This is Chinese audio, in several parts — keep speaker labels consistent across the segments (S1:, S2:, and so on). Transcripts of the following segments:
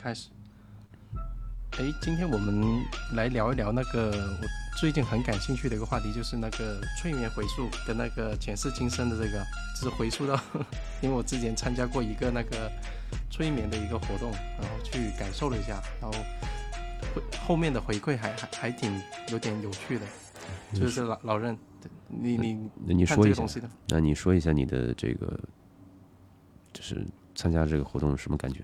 S1: 开始。诶，今天我们来聊一聊那个我最近很感兴趣的一个话题，就是那个催眠回溯跟那个前世今生的这个，就是回溯到， 因为我之前参加过一个那个催眠的一个活动，然后去感受了一下，然后回后面的回馈还还还挺有点有趣的，就是老老任，对你你
S2: 那嗯你
S1: 看
S2: 说
S1: 这
S2: 一
S1: 个
S2: 下
S1: 东，西的，
S2: 那你说一下你的这个，就是参加这个活动什么感觉？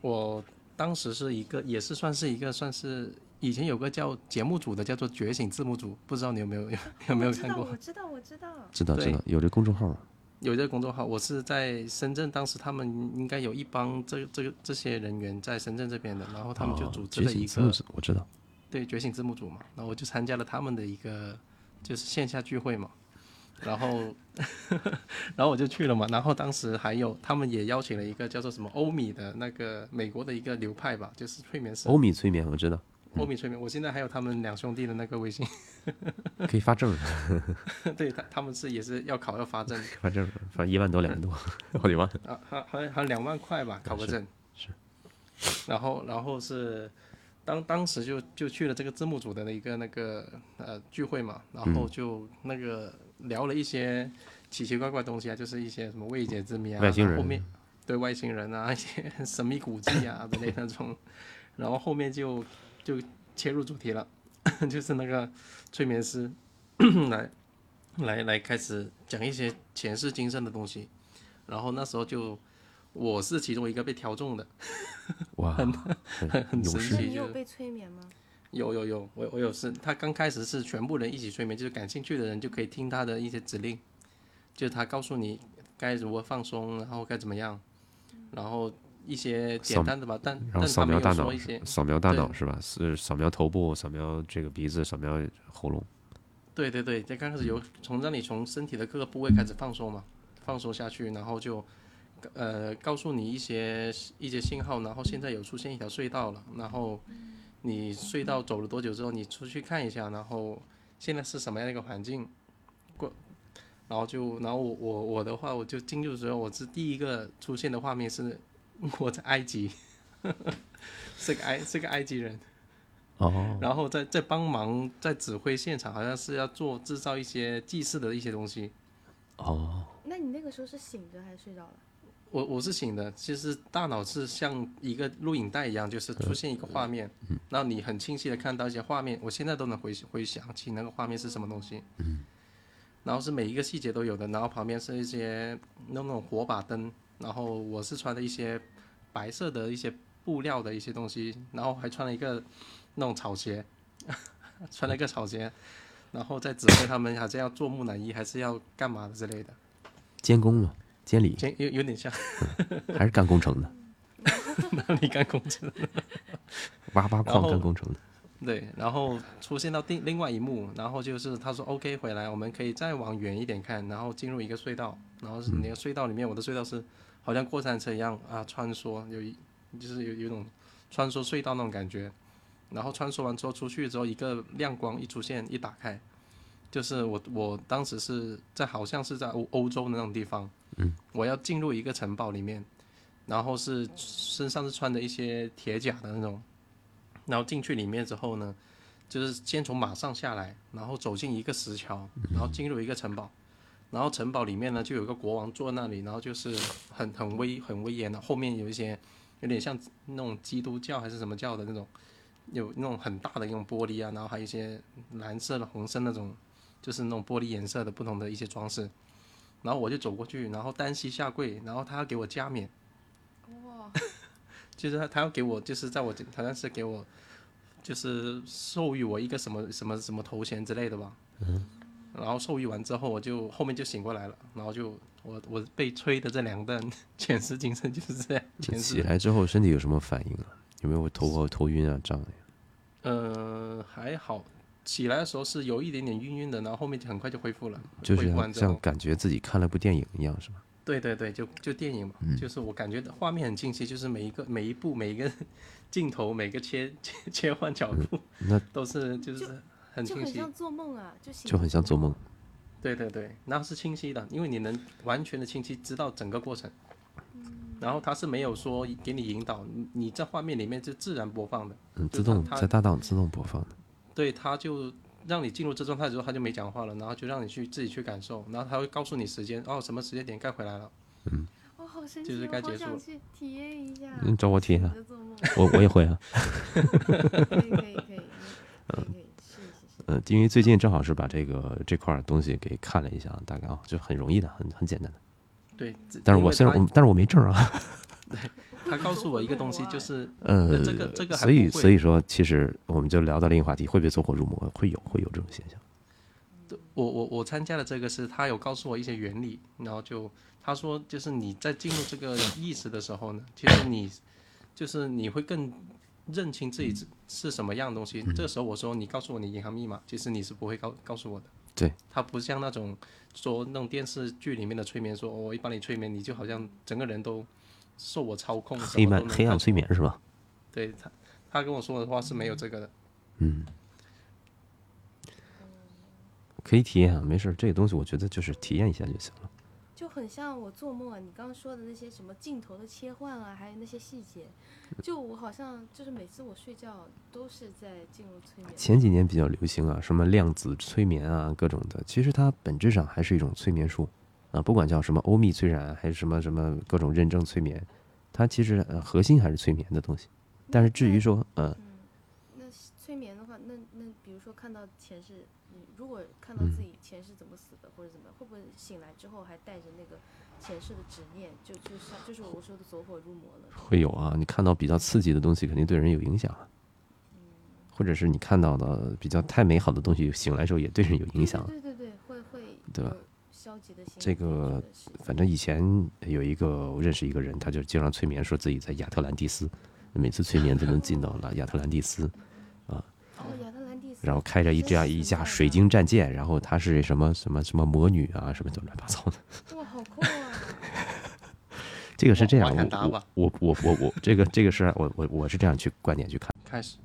S1: 我当时是一个，也是算是一个，算是以前有个叫节目组的，叫做觉醒字幕组，不知道你有没有有 有没有
S3: 我知
S1: 看
S3: 道
S1: 过？
S3: 我知道，我知道。
S2: 知道知
S1: 对
S2: 道，有这公众号了。
S1: 有这个公众号，我是在深圳，当时他们应该有一帮这这这些人员在深圳这边的，然后他们就
S2: 哦
S1: 组织
S2: 觉
S1: 了一
S2: 醒字
S1: 个、
S2: 幕组，我知道。
S1: 对觉醒字幕组嘛，然后我就参加了他们的一个就是线下聚会嘛，然后 然后我就去了嘛，然后当时还有他们也邀请了一个叫做什么欧米的那个美国的一个流派吧， 就是催眠师
S2: 欧米催眠，我知道，
S1: 欧米催眠，我现在还有他们两兄弟的那个微信，
S2: 可以发证，
S1: 对他他们是也是要考要发证
S2: 可以发证，反正一万多两万多， 我的妈！
S1: 啊，好好像好像两万块吧，考个证是。然后然后是当当时就就去了这个字幕组的那一个那个呃聚会嘛，然
S2: 嗯
S1: 后就那个聊了一些奇奇怪怪的东西啊，就是一些什么未解之谜啊，
S2: 外星人
S1: 后面对外星人啊，一些神秘古迹啊之类的那种， 然后后面就就切入主题了， 就是那个催眠师 来来来开始讲一些前世今生的东西，然后那时候就我是其中一个被挑中的，
S2: 哇，
S1: 很
S2: 勇
S1: 神
S2: 士
S3: 那
S1: 奇，
S3: 你
S1: 就
S3: 有
S1: 是
S3: 被催眠吗？
S1: 有有有，我我有是，他刚开始是全部人一起催眠，就是感兴趣的人就可以听他的一些指令，就是他告诉你该如何放松，然后该怎么样，然后一些简单的吧，但
S2: 然
S1: 但
S2: 后扫
S1: 他没
S2: 描
S1: 有
S2: 大
S1: 说
S2: 脑
S1: 一
S2: 是
S1: 些
S2: 吧，，扫描大
S1: 对
S2: 脑是吧？是扫描头部，扫描这个鼻子，扫描喉咙。
S1: 对对对，在刚开始由从让你从身体的各个部位开始放松嘛，放松下去，然后就呃告诉你一些一些信号，然后现在有出现一条隧道了，然后你隧道走了多久之后，你出去看一下，然后现在是什么样的一个环境，过，然后就然后我我我的话，我就进入的时候，我是第一个出现的画面是我在埃及， 是个埃是个埃及人。
S2: 哦，
S1: 然后在在帮忙在指挥现场，好像是要做制造一些祭祀的一些东西。
S2: 哦，
S3: 那你那个时候是醒着还是睡着了？
S1: 我我是醒的，其实大脑是像一个录影带一样，就是出现一个画面，然后你很清晰的看到一些画面，我现在都能回回想起那个画面是什么东西。嗯。然后是每一个细节都有的，然后旁边是一些那种火把灯，然后我是穿的一些白色的一些布料的一些东西，然后还穿了一个那种草鞋， 穿了一个草鞋，然后再指挥他们，还是要做木乃伊，还是要干嘛的之类的，
S2: 监工嘛，监理
S1: 有有有点像
S2: 还是干工程的，
S1: 那里干工程。
S2: 挖挖
S1: 然
S2: 矿
S1: 后
S2: 干工程的。
S1: 对，然后出现到另另外一幕，然后就是他说 OK 回来，我们可以再往远一点看，然后进入一个隧道，然后是那个隧道里面，我的隧道是好像过山车一样啊穿梭，有一就是有有一种穿梭隧道那种感觉，然后穿梭完之后出去之后，一个亮光一出现一打开，就是我我当时是在好像是在欧欧洲的那种地方，嗯，我要进入一个城堡里面，然后是身上是穿着一些铁甲的那种。然后进去里面之后呢，就是先从马上下来，然后走进一个石桥，然后进入一个城堡，然后城堡里面呢就有一个国王坐那里，然后就是很很威很威严的，后面有一些有点像那种基督教还是什么教的那种，有那种很大的那种玻璃啊，然后还有一些蓝色的、红色那种，就是那种玻璃颜色的不同的一些装饰。然后我就走过去，然后单膝下跪，然后他要给我加冕。
S3: 哇，
S1: 就是他他要给我，就是在我这好像是给我，就是授予我一个什么什么什么头衔之类的吧。嗯。然后授予完之后，我就后面就醒过来了，然后就我我被吹的这两 顿，前世今生就是这样，前世。
S2: 起来之后身体有什么反应啊？有没有头和头晕啊、胀呀？
S1: 呃，还好，起来的时候是有一点点晕晕的，然后后面就很快就恢复了，
S2: 就是
S1: 恢复
S2: 像
S1: 完之后
S2: 像感觉自己看了部电影一样，是吧？
S1: 对对对，就就电影嘛，
S2: 嗯
S1: 就是我感觉画面很清晰，就是每一个每一步每一个 镜头每个切切切换角度，
S2: 嗯那
S1: 都是就是很
S3: 就
S1: 清
S3: 很
S1: 晰，
S3: 像做梦啊，就醒。
S2: 就很像做。梦。
S3: 嗯
S1: 对对对，那是清晰的，因为你能完全的清晰知道整个过程。然后它是没有说给你引导，你你在画面里面就自然播放的，
S2: 嗯，
S1: 就
S2: 自动
S1: 它它
S2: 在大档自动播放的，
S1: 对，它就让你进入这状态之后，它就没讲话了，然后就让你去自己去感受，然后它会告诉你时间，哦，什么时间点该回来了，
S3: 我哦好神
S1: 就是
S3: 奇，
S1: 该
S3: 我好
S1: 结束了
S3: 想去体验一下。
S2: 嗯，找我体验
S3: 醒
S2: 啊，
S3: 着做梦，
S2: 我我也会啊，
S3: 可以可以可以，可以可以试一试试一试。
S2: 嗯，因为最近正好是把这个这块儿东西给看了一下，大概啊，就很容易的，很很简单的。
S1: 对。这
S2: 但是
S1: 因
S2: 我
S1: 为
S2: 虽然
S1: 它
S2: 我但是我没证儿啊，
S1: 他告诉我一个东西，就是
S2: 呃
S1: 那，这个这个还
S2: 所以
S1: 不会
S2: 所以说，其实我们就聊到另一个话题，会不会走火入魔？会有会有这种现象。
S1: 我我我参加的这个是他有告诉我一些原理，然后就他说就是你在进入这个意识的时候呢，其实你就是你会更认清自己是是什么样的东
S2: 嗯
S1: 西。这个时候我说你告诉我你银行密码，其实你是不会告告诉我的。
S2: 对，
S1: 他不像那种说那种电视剧里面的催眠，说、哦我一帮你催眠，你就好像整个人都受我操控，什
S2: 黑
S1: 么都
S2: 暗
S1: 能
S2: 黑暗
S1: 告诉
S2: 催
S1: 我
S2: 眠是吧？
S1: 对他他跟我说的话是没有这个的。
S2: 嗯，可以体验啊，没事儿，这个东西我觉得就是体验一下就行了。
S3: 就很像我做梦啊，你刚刚说的那些什么镜头的切换啊，还有那些细节，就我好像就是每次我睡觉都是在进入催眠。
S2: 前几年比较流行啊，什么量子催眠啊，各种的，其实它本质上还是一种催眠术啊，不管叫什么欧密催眠，还是什么什么各种认证催眠，它其实、呃、核心还是催眠的东西。但是至于说，呃，
S3: 那催眠的话，那那比如说看到前世，你如果看
S2: 嗯
S3: 到自己前世怎么死的、或者怎么样，会不会醒来之后还带着那个前世的执念，就就像就是我说的走火入魔了？
S2: 会有啊，你看到比较刺激的东西，肯定对人有影响啊，或者是你看到的比较太美好的东西，醒来之后也对人有影响啊。
S3: 对对对对，会会
S2: 对吧
S3: 有消极的心理。
S2: 这个
S3: 是
S2: 反正以前有一个我认识一个人，他就经常催眠，说自己在亚特兰蒂斯，每次催眠都能进到了亚特兰蒂斯，
S3: 然后哦亚特兰蒂斯，
S2: 然后开着一这样一架水晶战舰，然后他是什么什么什么魔女啊，什么就乱七八糟的。
S3: 哇，好酷啊！
S2: 这个是这样
S1: 瓦，坎达
S2: 我
S1: 吧
S2: 我我我我这个这个是我我我是这样去观点去看。
S1: 开始。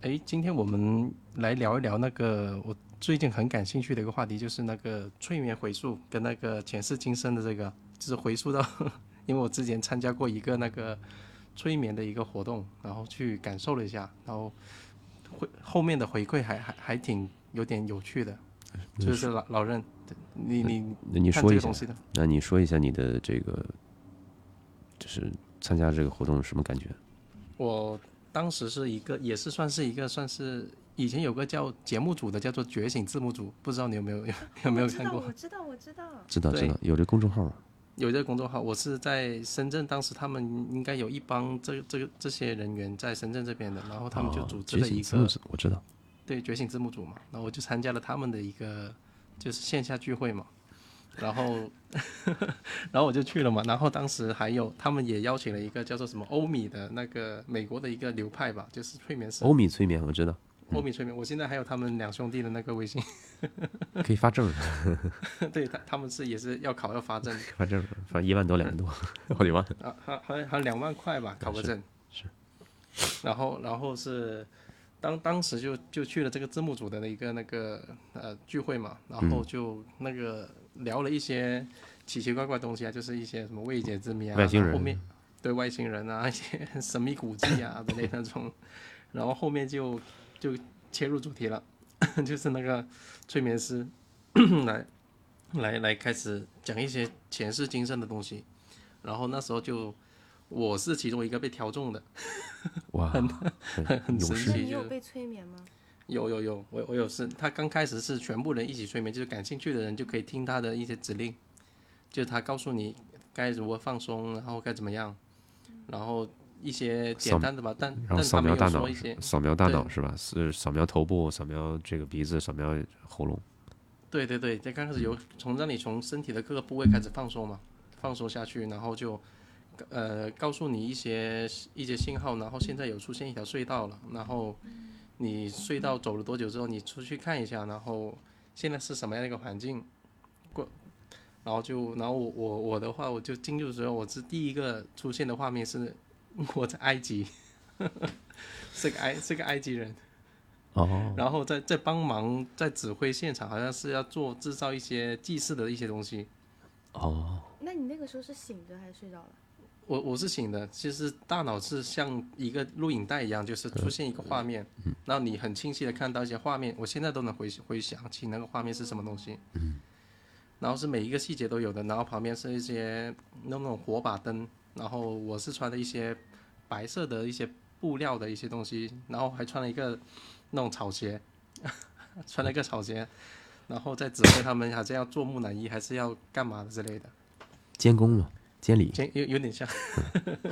S1: 哎，今天我们来聊一聊那个我最近很感兴趣的一个话题，就是那个催眠回溯跟那个前世今生的这个，就是回溯到，因为我之前参加过一个那个催眠的一个活动，然后去感受了一下，然后回后面的回馈还还还挺有点有趣的，
S2: 哎
S1: 就是老老任，对你你
S2: 那哎你
S1: 看
S2: 说
S1: 这
S2: 一
S1: 个
S2: 下
S1: 东，西的，
S2: 那你说一下你的这个，就是参加这个活动什么感觉？
S1: 我当时是一个，也是算是一个，算是以前有个叫节目组的，叫做觉醒字幕组，不知道你有没有有有没有看过？
S3: 我知道，我知道，我知
S2: 知
S3: 道。
S2: 道知
S1: 对
S2: 道，有这公众号啊。
S1: 有这个公众号，我是在深圳，当时他们应该有一帮这这这些人员在深圳这边的，然后他们就
S2: 哦
S1: 组织
S2: 觉
S1: 了一
S2: 醒字
S1: 个、
S2: 幕组，我知道。
S1: 对觉醒字幕组嘛，然后我就参加了他们的一个就是线下聚会嘛，然后 然后我就去了嘛，然后当时还有他们也邀请了一个叫做什么欧米的那个美国的一个流派吧，就是催眠师
S2: 哦欧米催眠我知道，
S1: 欧米催眠，我现在还有他们两兄弟的那个微信，
S2: 可以发证儿，
S1: 对他他们是也是要考要发证，
S2: 可以发证儿，反正一万多两万多， 好几万。
S1: 啊，还还还有两万块吧，考个证是。然后然后是当当时就就去了这个字幕组的一个那个呃聚会嘛，然
S2: 嗯
S1: 后就那个聊了一些奇奇怪怪的东西啊，就是一些什么未解之谜啊，
S2: 外星
S1: 然后后
S2: 人
S1: 面对外星人啊，一些神秘古迹啊之类的那种， 然后后面就就切入主题了， 就是那个催眠师 来来来开始讲一些前世今生的东西，然后那时候就我是其中一个被挑中的，
S2: 哇，很
S1: 很
S2: 勇
S1: 神
S2: 士
S3: 那
S1: 奇
S3: 你
S1: 就
S3: 有
S1: 是
S3: 被催眠吗？
S1: 有有有，我我有是，他刚开始是全部人一起催眠，就是感兴趣的人就可以听他的一些指令，就是他告诉你该如何放松，然后该怎么样，然后一些简
S2: 扫
S1: 单的吧，但
S2: 然后
S1: 但
S2: 扫
S1: 他没
S2: 描
S1: 有
S2: 大
S1: 说
S2: 脑
S1: 一
S2: 是
S1: 些
S2: 吧，，扫描大
S1: 对
S2: 脑是吧？是扫描头部，扫描这个鼻子，扫描喉咙。
S1: 对对对，在刚开始有从让你从身体的各个部位开始放松嘛，放松下去，然后就呃告诉你一些一些信号，然后现在有出现一条隧道了，然后你隧道走了多久之后，你出去看一下，然后现在是什么样的一个环境，过，然后就然后我我我的话，我就进入的时候，我是第一个出现的画面是我在埃及， 是个埃是个埃及人。
S2: 哦，
S1: 然后再再帮忙在指挥现场，好像是要做制造一些祭祀的一些东西。
S2: 哦，
S3: 那你那个时候是醒着还是睡着了？
S1: 我我是醒的，其实大脑是像一个录影带一样，就是出现一个画面，然后你很清晰的看到一些画面，我现在都能回回想起那个画面是什么东西，然后是每一个细节都有的，然后旁边是一些那种火把灯，然后我是穿的一些白色的一些布料的一些东西，然后还穿了一个那种草鞋， 穿了一个草鞋，然后在指挥他们，好像要做木乃伊还是要干嘛的之类的，
S2: 监工嘛，监理
S1: 有有点像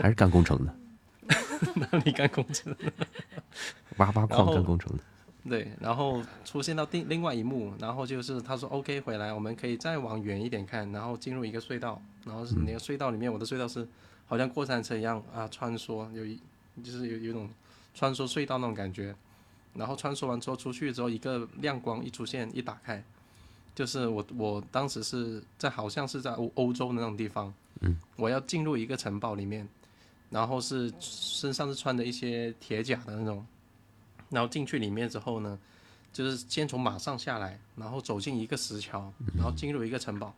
S2: 还是干 工程的，
S1: 那里干工程。
S2: 挖挖
S1: 然
S2: 矿
S1: 后
S2: 干工程的。
S1: 对，然后出现到另另外一幕，然后就是他说 OK 回来，我们可以再往远一点看，然后进入一个隧道，然后是那个隧道里面，我的隧道是好像过山车一样啊穿梭，有一就是有有一种穿梭隧道那种感觉，然后穿梭完之后出去之后，一个亮光一出现一打开，就是我我当时是在好像是在欧欧洲的那种地方，嗯，我要进入一个城堡里面，然后是身上是穿着一些铁甲的那种。然后进去里面之后呢，就是先从马上下来，然后走进一个石桥，然后进入一个城堡，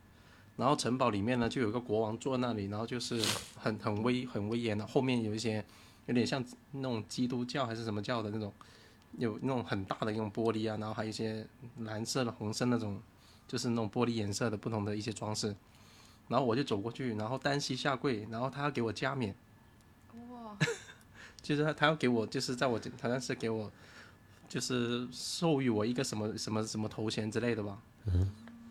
S1: 然后城堡里面呢就有一个国王坐在那里，然后就是很很威很威严的，后面有一些有点像那种基督教还是什么教的那种，有那种很大的那种玻璃啊，然后还有一些蓝色的、红色那种，就是那种玻璃颜色的不同的一些装饰。然后我就走过去，然后单膝下跪，然后他要给我加冕。
S3: 哇，
S1: 就是他他要给我，就是在我好像是给我，就是授予我一个什么什么什么头衔之类的吧。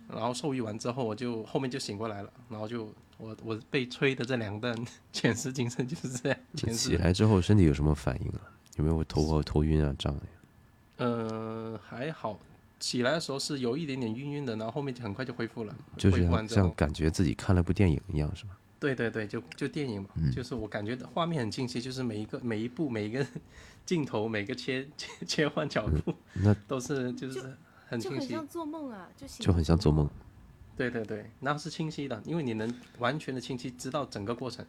S1: 然后授予完之后，我就后面就醒过来了，然后就我我被吹的这两顿， 前世今生就是这样，前世
S2: 起来之后身体有什么反应啊？有没有头头晕啊、胀啊？
S1: 呃还好，起来的时候是有一点点晕晕的，然后后面就很快就恢复了，
S2: 就
S1: 恢
S2: 是
S1: 复完之
S2: 像
S1: 后，
S2: 感觉自己看了部电影一样，是吧？
S1: 对对对，就就电影嘛，
S2: 嗯
S1: 就是我感觉画面很清晰，就是每一个每一步每一个 镜头每个切切切换角度
S2: 嗯那
S1: 都是就是很
S3: 就
S1: 清
S3: 很
S1: 晰。
S3: 像做梦啊，就醒
S2: 就很像做梦。
S1: 对对对，那是清晰的，因为你能完全的清晰知道整个过程。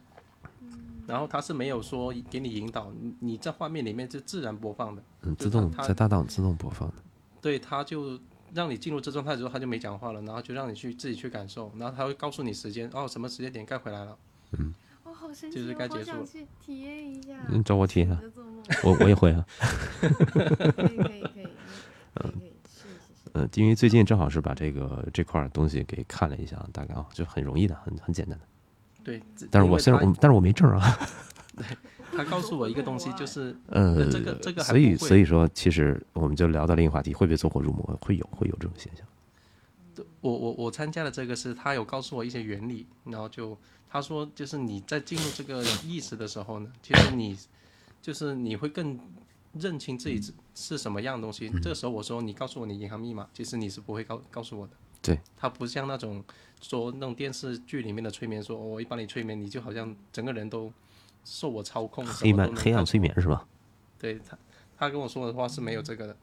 S3: 嗯
S1: 然后它是没有说给你引导，你你在画面里面就自然播放的。
S2: 嗯，
S1: 就
S2: 自
S1: 它
S2: 动
S1: 它
S2: 在大档自动播放的，
S1: 对，它就让你进入这状态之后，它就没讲话了，然后就让你去自己去感受，然后它会告诉你时间，哦，什么时间点该回来了。
S3: 我哦好神
S1: 就是
S3: 奇，
S1: 该
S3: 我
S1: 结
S3: 好
S1: 束了
S3: 想去体验一下。
S2: 嗯，找我体验啊
S3: 醒，着做梦，
S2: 我我也会啊。
S3: 可以可以可以，可以可以试一试试。
S2: 嗯，因为最近正好是把这个这块儿东西给看了一下，大概啊，就很容易的，很很简单的。
S1: 对，这
S2: 但是
S1: 因
S2: 我
S1: 为
S2: 虽然
S1: 它
S2: 我但是我没证儿啊，
S1: 它告诉我一个东西，就是
S2: 呃，
S1: 这个这个还
S2: 所以
S1: 不会
S2: 所以说，其实我们就聊到另一个话题，会不会走火入魔？会有会有这种现象。
S1: 我我我参加的这个是他有告诉我一些原理，然后就他说就是你在进入这个意识的时候呢，其实你就是你会更认清自己是是什么样的东西。这时候我说你告诉我你银行密码，其实你是不会告告诉我的。
S2: 对，
S1: 他不像那种说那种电视剧里面的催眠，说、哦我一帮你催眠，你就好像整个人都受我操控，什
S2: 黑
S1: 么都
S2: 暗
S1: 能
S2: 黑暗
S1: 干
S2: 催眠是吧？
S1: 对他他跟我说的话是没有这个的。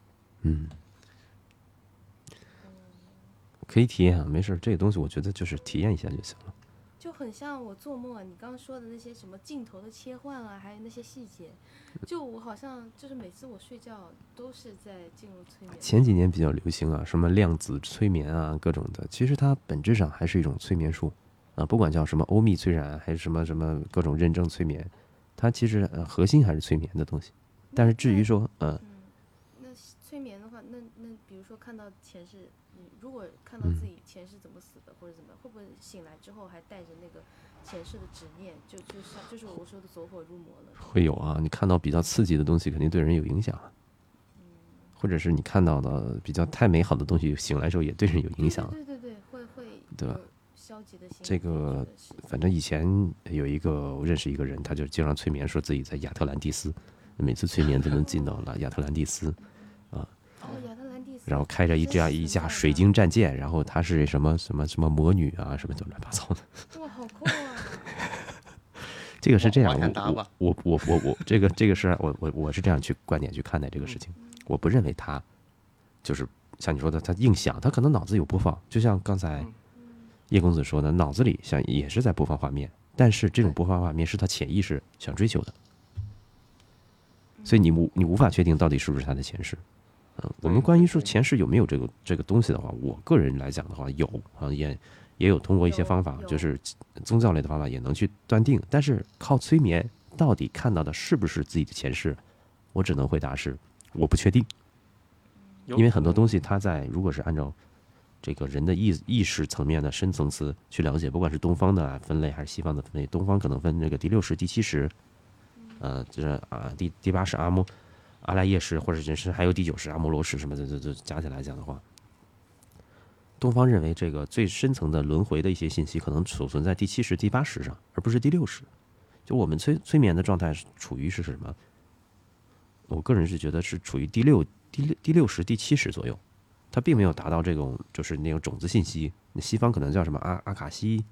S2: 可以体验啊，没事儿，这个东西我觉得就是体验一下就行了。
S3: 就很像我做梦啊，你刚刚说的那些什么镜头的切换啊，还有那些细节，
S2: 嗯
S3: 就我好像就是每次我睡觉都是在进入催眠。
S2: 前几年比较流行啊，什么量子催眠啊，各种的，其实它本质上还是一种催眠术啊，不管叫什么欧密催燃，还是什么什么各种认证催眠，它其实呃核心还是催眠的东西。但是至于说呃，
S3: 嗯，那催眠的话，那那比如说看到前世，你如果
S2: 嗯
S3: 看到自己前世怎么死的，或者怎么样，会不会醒来之后还带着那个前世的执念，就就是就是我说的走火入魔了？
S2: 会有啊，你看到比较刺激的东西，肯定对人有影响啊，或者是你看到的比较太美好的东西，醒来之后也对人有影响啊。
S3: 对对对对，会会
S2: 对吧
S3: 有消极的心理。
S2: 这个
S3: 是
S2: 反正以前有一个我认识一个人，他就经常催眠，说自己在亚特兰蒂斯，每次催眠都能进到了亚特兰蒂斯，
S3: 哦，亚特兰蒂斯，
S2: 然后开着一这样一架水晶战舰，然后她是什么什么什么魔女啊，什么就乱七八糟的。
S3: 哇，好酷啊！
S2: 这个是这样，
S1: 瓦
S2: 我
S1: 坎达吧
S2: 我我我我我这个这个是我我我是这样去观点去看待这个事情，我不认为他就是像你说的，他硬想，他可能脑子有播放，就像刚才
S1: 嗯
S2: 叶公子说的，脑子里想也是在播放画面，但是这种播放画面是他潜意识想追求的，所以你无你无法确定到底是不是他的前世。嗯，我们
S1: 对
S2: 关于说
S1: 对
S2: 前世有没有这个这个东西的话，我个人来讲的话有啊，也也有通过一些
S3: 有
S2: 方法，就
S3: 有
S2: 是宗教类的方法也能去断定。但是靠催眠到底看到的是不是自己的前世，我只能回答是我不确定，
S1: 有
S2: 因为很多
S1: 可能
S2: 东西它在如果是按照这个人的意意识层面的深层次去了解，不管是东方的啊分类还是西方的分类，东方可能分这个第六识、第七识，呃，就是啊第第八识阿摩阿赖耶识，或者是还有第九识阿摩罗识什么的，这这加起来讲的话，东方认为这个最深层的轮回的一些信息，可能储存在第七识、第八识上，而不是第六识。就我们催催眠的状态是处于是什么？我个人是觉得是处于第六、第六、第六识、第七识左右，它并没有达到这种就是那种种子信息。那西方可能叫什么阿阿卡西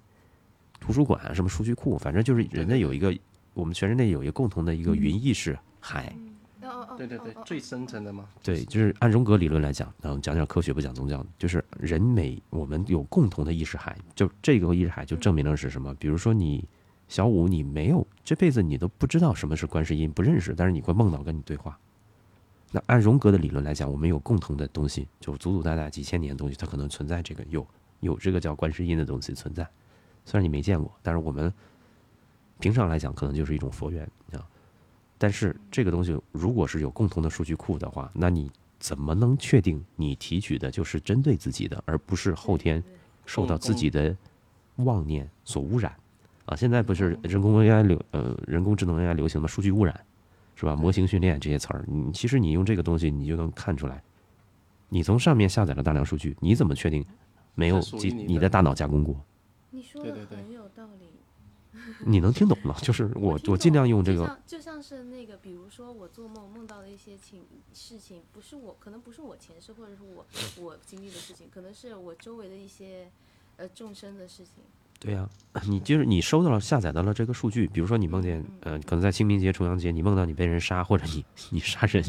S2: 图书馆、什么数据库，反正就是人类有一个，我们全人类有一个共同的一个云意识海。
S3: 哦哦哦，
S1: 对对对
S3: 哦，哦
S1: 最深层的嘛，
S2: 对，就是按荣格理论来讲，那我们讲讲科学，不讲宗教的，就是人每我们有共同的意识海，就这个意识海就证明了是什么？比如说你小五，你没有这辈子你都不知道什么是观世音，不认识，但是你会梦到跟你对话。那按荣格的理论来讲，我们有共同的东西，就祖祖代代几千年的东西，它可能存在这个有有这个叫观世音的东西存在，虽然你没见过，但是我们平常来讲，可能就是一种佛缘啊。但是这个东西如果是有共同的数据库的话，那你怎么能确定你提取的就是针对自己的，而不是后天
S1: 嗯
S2: 受到自己的妄念所污染？啊，现在不是人工 AI 流呃人工智能 AI 流行的数据污染，是吧？模型训练这些词儿，你其实你用这个东西，你就能看出来，你从上面下载了大量数据，你怎么确定没有
S1: 这属于
S2: 经
S1: 你
S2: 你
S1: 的
S2: 的大脑加工过？
S3: 你说
S1: 对
S3: 的
S1: 对对
S3: 很有道理。
S2: 你能听懂吗？就是我
S3: 听
S2: 我尽
S3: 懂
S2: 量用这
S3: 就
S2: 个
S3: 像就像是那个，比如说我做梦梦到的一些情事情，不是我，可能不是我前世，或者是我我经历的事情，可能是我周围的一些呃众生的事情。
S2: 对呀、你就是你收到了下载到了这个数据，比如说你梦见呃，可能在清明节、重阳节，你梦到你被人杀，或者你你杀人，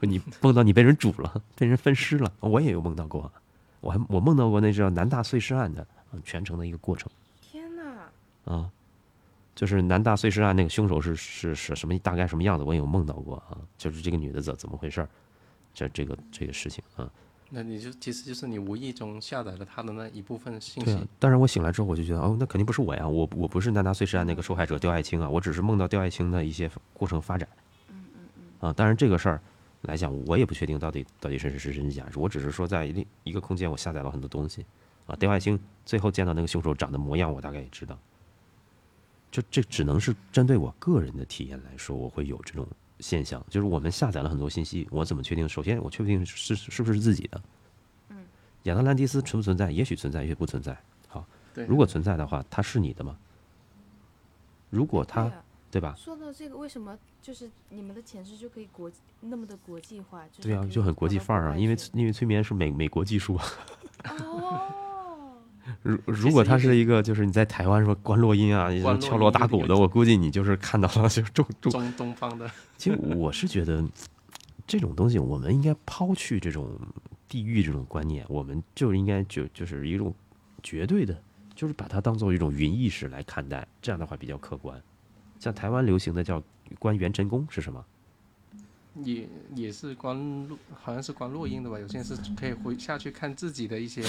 S2: 你梦到你被人煮了，被人分尸了，我也有梦到过，我还我梦到过那叫南大碎尸案的呃全程的一个过程
S3: 天哪，
S2: 啊，就是南大碎尸案那个凶手是是是什么大概什么样子，我也有梦到过啊，就是这个女的怎怎么回事儿，这这个这个事情啊，
S1: 那你就其实就是你无意中下载了他的那一部分信
S2: 对
S1: 息
S2: 啊，，但是我醒来之后，我就觉得，哦，那肯定不是我呀，我我不是南大碎尸案那个受害者刁爱青啊，我只是梦到刁爱青的一些过程发展。嗯嗯嗯。啊，当然这个事儿来讲，我也不确定到底到底是是真是假，我只是说在另一个空间我下载了很多东西。啊，刁爱青最后见到那个凶手长的模样，我大概也知道。就这只能是针对我个人的体验来说，我会有这种现象，就是我们下载了很多信息，我怎么确定？首先，我确不定是是是不是自己的。亚特兰蒂斯存不存在？也许存在，也许不存在。好，
S1: 对
S2: 如果存在的话，它是你的吗？如果它
S3: 对啊
S2: 对吧？
S3: 说到这个，为什么就是你们的前世就可以国际那么的国际化？就是
S2: 对啊
S3: 可，以
S2: 就很国际
S3: 跑到
S2: 范儿
S3: 国
S2: 啊，
S3: 外
S2: 因为
S3: 去
S2: 因为催眠是美美国技术啊。
S3: 哦，
S2: 如如果它是一个就是你在台湾说关落音啊，
S1: 关落音
S2: 敲锣打鼓的，我估计你就是看到了就是中中
S1: 中东方的，
S2: 其实我是觉得，这种东西我们应该抛去这种地域这种观念，我们就应该就就是一种绝对的，就是把它当做一种云意识来看待，这样的话比较客观。像台湾流行的叫关元辰宫是什么？
S1: 也也是关录，好像是关录音的吧？有些人是可以回下去看自己的一些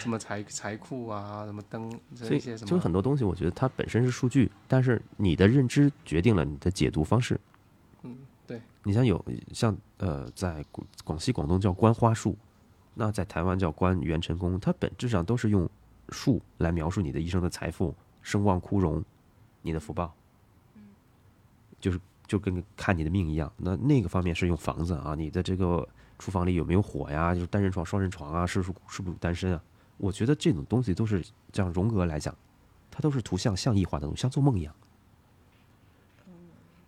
S1: 什么财财库啊，什么灯这
S2: 所以
S1: 一些什
S2: 就是
S1: 么
S2: 很多东西，我觉得它本身是数据，但是你的认知决定了你的解读方式。
S1: 嗯，对，
S2: 你像有像呃，在广广西、广东叫观花树，那在台湾叫观元辰宫，它本质上都是用树来描述你的一生的财富、声望、枯荣、你的福报，就是就跟看你的命一样。那那个方面是用房子啊，你的这个厨房里有没有火呀？就是单人床、双人床啊，是不是是不是单身啊？我觉得这种东西都是像荣格来讲，它都是图像象意化的东西，像做梦一样，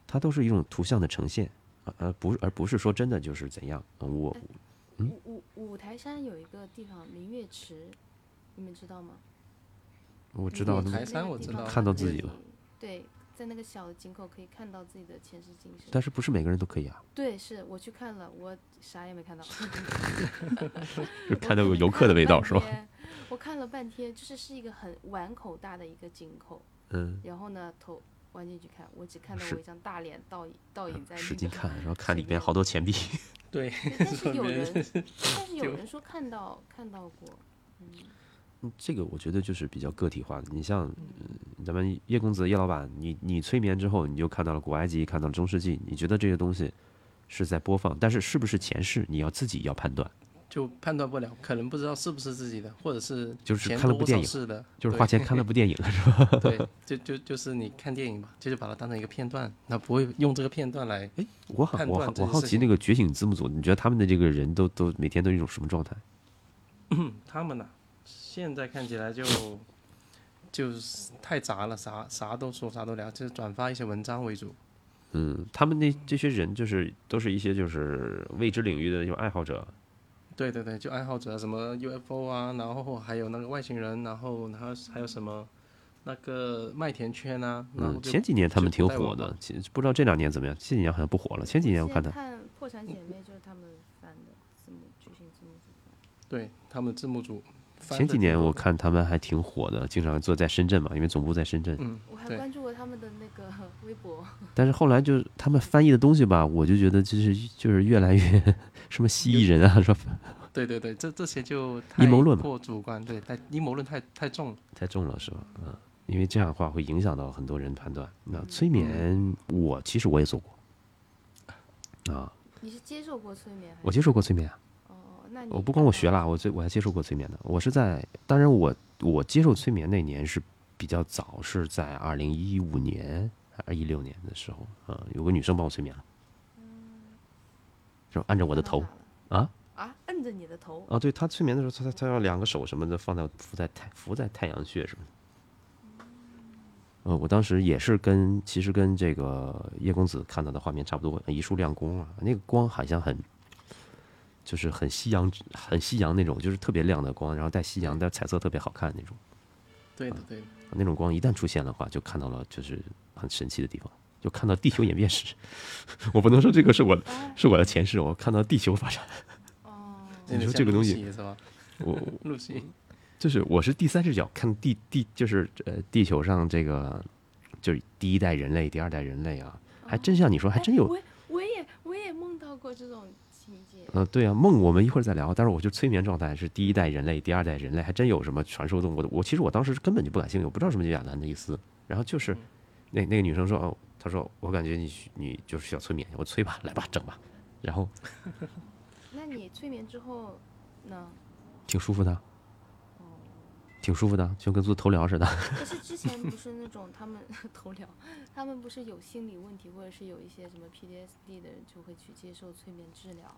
S2: 它都是一种图像的呈现。啊呃，不是，而不是说真的就是怎样。呃我
S1: 哎
S3: 五五五台山有一个地方明月池，你们知道吗？
S2: 我知
S3: 明
S2: 道
S3: 月
S1: 那
S2: 他
S3: 池
S1: 台嗯山
S2: 们，
S3: 那个
S1: 我
S3: 地
S1: 知
S3: 方
S1: 道
S2: 看到
S3: 它
S2: 自
S3: 可
S2: 己
S3: 以
S2: 了。
S3: 对，在那个小的井口可以看到自己的前世今生。
S2: 但是不是每个人都可以啊？
S3: 对，是我去看了，我啥也没看 到。
S2: 就
S3: 我
S2: 看到有
S3: 可能
S2: 游客的
S3: 了
S2: 味道
S3: 半
S2: 是吧？
S3: 天？我看了半天，就是是一个很碗口大的一个井口，
S2: 嗯，
S3: 然后呢头弯进去看，我只看到
S2: 是
S3: 我一张大脸倒影倒影在那
S2: 使
S3: 个
S2: 劲看，然后看里
S3: 前
S2: 边
S3: 面
S2: 好多 钱币。
S1: 对，
S3: 对但是
S1: 别
S3: 有
S1: 人
S3: 人，但是有
S1: 就
S3: 人说看到看到过，
S2: 嗯这个我觉得就是比较个体化的。你像、
S1: 嗯
S2: 呃咱们叶公子、叶老板，你你催眠之后，你就看到了古埃及，看到了中世纪，你觉得这些东西是在播放，但是是不是前世，你要自己要判断，
S1: 就判断不了，可能不知道是不是自己的，或者是
S2: 就是
S1: 钱
S2: 看了部
S1: 多
S2: 电
S1: 少
S2: 影
S1: 是的，
S2: 就是
S1: 对
S2: 花钱看了部电影，是吧？
S1: 对，就就就是你看电影吧，就是把它当成一个片段，那不会用这个片段来。哎，
S2: 我好
S1: 判
S2: 我
S1: 断
S2: 好
S1: 这
S2: 我
S1: 件
S2: 好
S1: 事
S2: 奇
S1: 情
S2: 那个觉醒字幕组，你觉得他们的这个人都都每天都一种什么状态？
S1: 他们呐、现在看起来就就是太杂了，啥啥都说，啥都聊，就是转发一些文章为主。
S2: 嗯，他们那这些人就是都是一些就是未知领域的那种爱好者，
S1: 对对对，就爱好者什么 UFO 啊，然后还有那个外星人，然后然后还有什么那个麦田圈啊，然后
S2: 嗯，
S1: 就
S2: 前几年他们
S1: 就
S2: 挺
S1: 古代
S2: 火
S1: 文
S2: 的
S1: 化，
S2: 其实不知道这两年怎么样。这几年好像不火了，前几年我看
S3: 现
S2: 他
S3: 在看《破产姐妹》就是他们翻的字幕，剧情字幕组翻的。
S1: 对他们字幕组。
S2: 前几年我，看他们还挺火的，经常坐在深圳嘛，因为总部在深圳。
S1: 嗯，
S3: 我还
S1: 对，
S3: 关注过他们的那个 微博，
S2: 但是后来就是他们翻译的东西吧，我就觉得就是就是越 来越什么蜥蜴人啊，说
S1: 对对对，这这些就
S2: 阴谋
S1: 太
S2: 论嘛
S1: 过主观，对，太阴谋论太太重了。
S2: 太重了是吧？嗯，因为这样的话会影响到很多人判断。那
S1: 嗯
S2: 催眠我其实我也做过啊，
S3: 你是接受过催眠还是？
S2: 我接受过催眠啊。
S3: 哦，那你
S2: 我不光我学
S3: 了，
S2: 了，我最我还接受过催眠的。我是在，当然我我接受催眠那年是比较早，是在二零一五年还是一六年的时候，呃，有个女生帮我催眠了，
S3: 嗯
S2: 就按着我的头
S3: 放到哪了
S2: 啊
S3: 啊，摁着你的头，
S2: 啊，对她催眠的时候，她她她要两个手什么的放在浮在太浮在太阳穴什么的。呃，我当时也是跟其实跟这个叶公子看到的画面差不多，一束亮光啊，那个光好像很就是很夕阳很夕阳那种，就是特别亮的光，然后带夕阳带彩色特别好看那种。
S1: 对的对的，
S2: 那种光一旦出现的话，就看到了就是很神奇的地方，就看到地球演变史。 我不能说这个是我是我的前世，我看到地球发展，
S3: 哦，
S1: 有
S2: 你
S1: 点
S2: 说这
S1: 像
S2: 个东
S1: 露
S2: 西
S1: 西是吧？
S2: 我
S1: 露西，
S2: 就是我是第三视角看地地，就是呃地球上这个就是第一代人类、第二代人类啊，还真像你说，还真有。
S3: 哎我也我也我也梦到过这种情节，
S2: 嗯、对啊，梦我们一会儿再聊。但是我就催眠状态是第一代人类、第二代人类，还真有什么传说动物的。我其实我当时根本就不感兴趣，我不知道什么叫亚特兰蒂斯。然后就是那那个女生说，哦，她说我感觉你需你就是需要催眠，我催吧，来吧，整吧。然后
S3: 那你催眠之后呢？
S2: 挺舒服的，挺舒服的，就跟做头疗似的。
S3: 可是之前不是那种他们 头疗，他们不是有心理问题，或者是有一些什么 PTSD 的人就会去接受催眠治疗。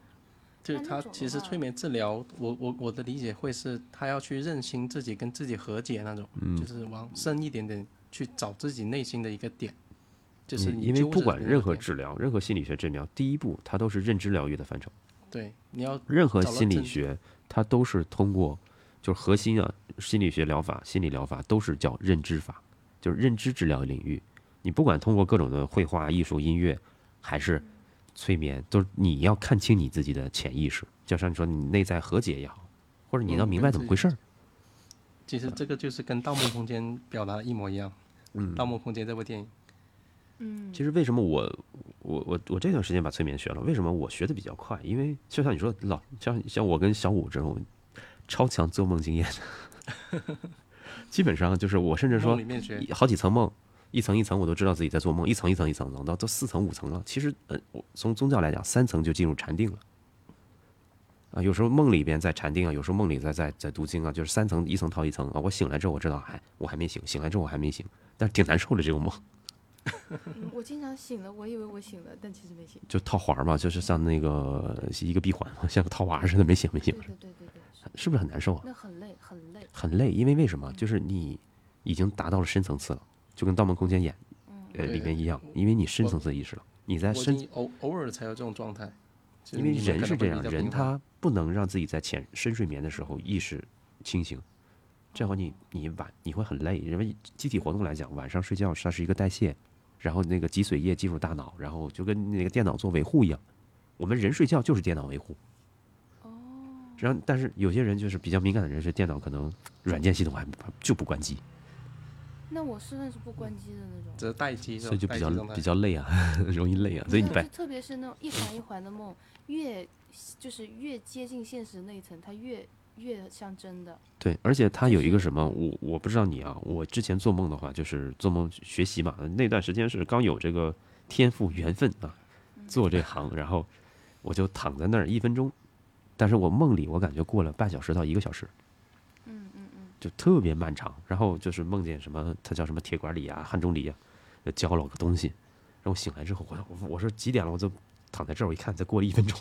S1: 就
S3: 那那
S1: 他
S3: 种的
S1: 其实
S3: 话
S1: 催眠治疗，我我我的理解会是他要去认清自己跟自己和解那种，
S2: 嗯
S1: 就是往深一点点去找自己内心的一个点，就是你
S2: 嗯因为
S1: 揪
S2: 不
S1: 着
S2: 管
S1: 的那
S2: 任
S1: 个
S2: 何
S1: 点
S2: 治疗、任何心理学治疗，第一步它都是认知疗愈的范畴。
S1: 对你要
S2: 任何
S1: 找到
S2: 心理
S1: 正
S2: 学，它都是通过就是核心啊，心理学疗法、心理疗法都是叫认知法，就是认知治疗领域。你不管通过各种的绘画、艺术、音乐，还是催眠，都是你要看清你自己的潜意识，就像你说你内在和解也好，或者你要
S1: 嗯
S2: 明
S1: 跟
S2: 白怎么
S1: 自
S2: 回
S1: 己
S2: 事儿。
S1: 其实这个就是跟《盗梦空间》表达的一模一样，
S2: 嗯
S1: 《盗梦空间》这部电影，
S3: 嗯，
S2: 其实为什么我我我我这段时间把催眠学了？为什么我学的比较快？因为就像你说，老像像我跟小五这种超强做梦经验， 基本上就是我甚至说
S1: 梦里面学
S2: 一好几层梦，一层一层我都知道自己在做梦，一层一层一层层到都四层五层了。其实，呃，我从宗教来讲，三层就进入禅定了。啊，有时候梦里边在禅定啊，有时候梦里在在在读经啊，就是三层一层套一层啊。我醒来之后，我知道还我还没醒，醒来之后我还没醒，但是挺难受的这个梦，
S3: 嗯我经常醒了，我以为我醒了，但其实没醒。
S2: 就套环儿嘛，就是像那个一个闭环 嘛，像个套娃似的，没醒没
S3: 对
S2: 醒，
S3: 对对对对，是
S2: 是不是很难受啊？
S3: 那很累很累。
S2: 很累，因为为什么？就是你已经达到了深层次了，就跟《盗梦空间》演呃
S1: 对
S2: 里面一样，因为你深层次意识了，你在
S1: 我
S2: 深
S1: 你偶偶尔才有这种状态，就
S2: 因为
S1: 你们
S2: 人
S1: 可
S2: 是
S1: 能
S2: 这
S1: 会
S2: 样
S1: 比，较
S2: 人
S1: 平凡
S2: 他不能让自己在浅深睡眠的时候意识清醒，这样的话你你晚你会很累。因为机体活动来讲，晚上睡觉它是一个代谢，然后那个脊髓液进入大脑，然后就跟那个电脑做维护一样。我们人睡觉就是电脑维护。然后，但是有些人就是比较敏感的人，是电脑可能软件系统还就不关机，
S3: 那我是那是不关机的那种，
S1: 只是待机，
S2: 所以就比较
S1: 待机状态
S2: 比较累啊， 容易累啊。所以
S3: 真
S2: 你
S3: 的
S2: 白
S3: 就特别是那种一环一环的梦，越就是越接近现实那一层，它越越像真的。
S2: 对，而且它有一个什么，我我不知道你啊，我之前做梦的话，就是做梦学习嘛，那段时间是刚有这个天赋缘分啊，做这行，然后我就躺在那儿一分钟，但是我梦里我感觉过了半小时到一个小时，
S3: 嗯嗯嗯，
S2: 就特别漫长，然后就是梦见什么，它叫什么铁管里啊、汉钟离啊，就教了我个东西，然后醒来之后，我我我说几点了，我就躺在这儿，我一看才过了一分钟，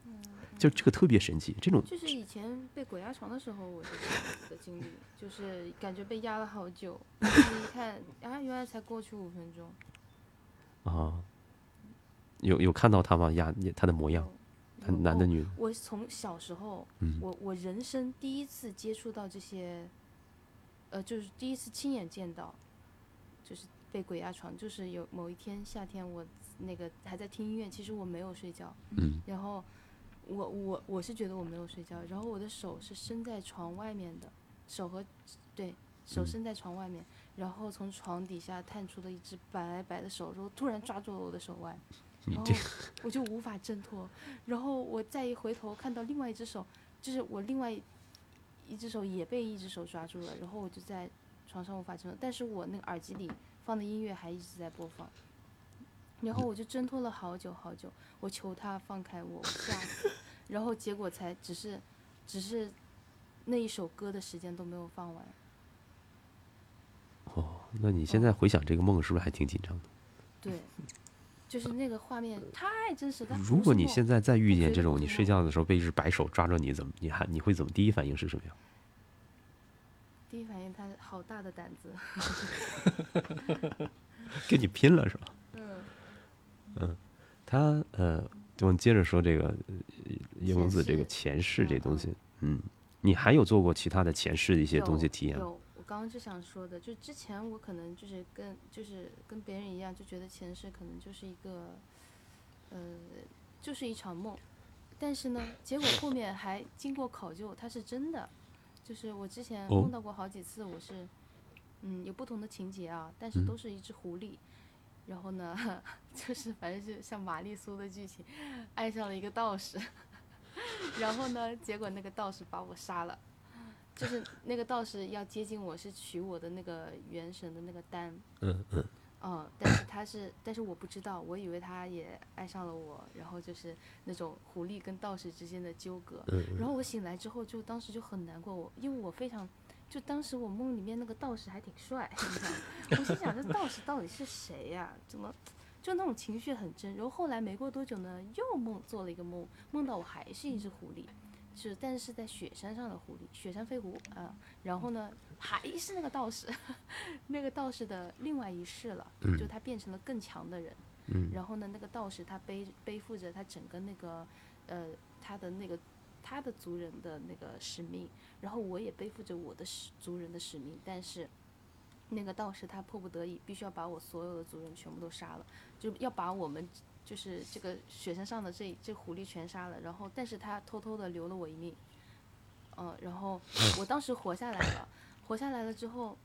S2: 就这个特别神奇，这种
S3: 就是以前被鬼压床的时候，我是这样子的经历，就是感觉被压了好久，但是一看啊，原来才过去五分钟。
S2: 啊，有有看到他吗？呀，他的模样，他男的
S3: 哦
S2: 女的，
S3: 我从小时候，
S2: 嗯
S3: 我我人生第一次接触到这些，呃，就是第一次亲眼见到，就是被鬼压床。就是有某一天夏天，我那个还在听音乐，其实我没有睡觉，
S2: 嗯，
S3: 然后我我我是觉得我没有睡觉，然后我的手是伸在床外面的，手和对
S2: 嗯
S3: 手伸在床外面，然后从床底下探出了一只白白的手，然后突然抓住了我的手腕，
S2: 你
S3: 然后
S2: 这
S3: 我就无法挣脱，然后我再一回头看到另外一只手，就是我另外一只手也被一只手抓住了，然后我就在床上无法挣脱，但是我那个耳机里放的音乐还一直在播放，然后我就挣脱了好久好久，我求他放开我，我吓死，然后结果才只是只是那一首歌的时间都没有放完，
S2: 哦，那你
S3: 嗯
S2: 现在回想这个梦，是不是还挺紧张的？
S3: 对，就是那个画面太真实了。它
S2: 如
S3: 不
S2: 果
S3: 是
S2: 你
S3: 梦
S2: 现在再遇
S3: 绝
S2: 见
S3: 对
S2: 这种
S3: 不
S2: 你
S3: 是
S2: 睡
S3: 梦
S2: 觉的时候被一只白手抓住你，怎么你还你会怎么第一反应是什么呀？
S3: 第一反应，他好大的胆子。
S2: 跟你拼了是吧？嗯
S3: 嗯，
S2: 他呃，我们接着说这个呃叶公子
S3: 前世
S2: 这个前世这
S3: 嗯
S2: 东西，嗯，你还有做过其他的前世的一些
S3: 有
S2: 东西体验吗？
S3: 有，我刚刚就想说的，就之前我可能就是跟就是跟别人一样，就觉得前世可能就是一个，呃，就是一场梦。但是呢，结果后面还经过考究，它是真的。就是我之前
S2: 哦
S3: 梦到过好几次，我是，嗯，有不同的情节啊，但
S2: 嗯
S3: 是都是一只狐狸。然后呢， 就是反正就像玛丽苏的剧情，爱上了一个道士， 然后呢，结果那个道士把我杀了，就是那个道士要接近我是取我的那个元神的那个丹，
S2: 嗯嗯，
S3: 嗯，但是他是，但是我不知道，我以为他也爱上了我，然后就是那种狐狸跟道士之间的纠葛。
S2: 嗯
S3: 然后我醒来之后就，当时就很难过，我因为我非常，就当时我梦里面那个道士还挺帅，你知道吗我心想这道士到底是谁呀、怎么就那种情绪很真？然后后来没过多久呢，又梦做了一个梦，梦到我还是一只狐狸，是但是是在雪山上的狐狸，雪山飞狐啊、然后呢，还是那个道士， 那个道士的另外一世了，就他变成了更强的人。
S2: 嗯
S3: 然后呢，那个道士他背背负着他整个那个，呃，他的那个他的族人的那个使命，然后我也背负着我的使族人的使命，但是。那个道士他迫不得已，必须要把我所有的族人全部都杀了，就要把我们就是这个雪山上的这这狐狸全杀了。然后，但是他偷偷的留了我一命，嗯、然后我当时活下来了，活下来了之后，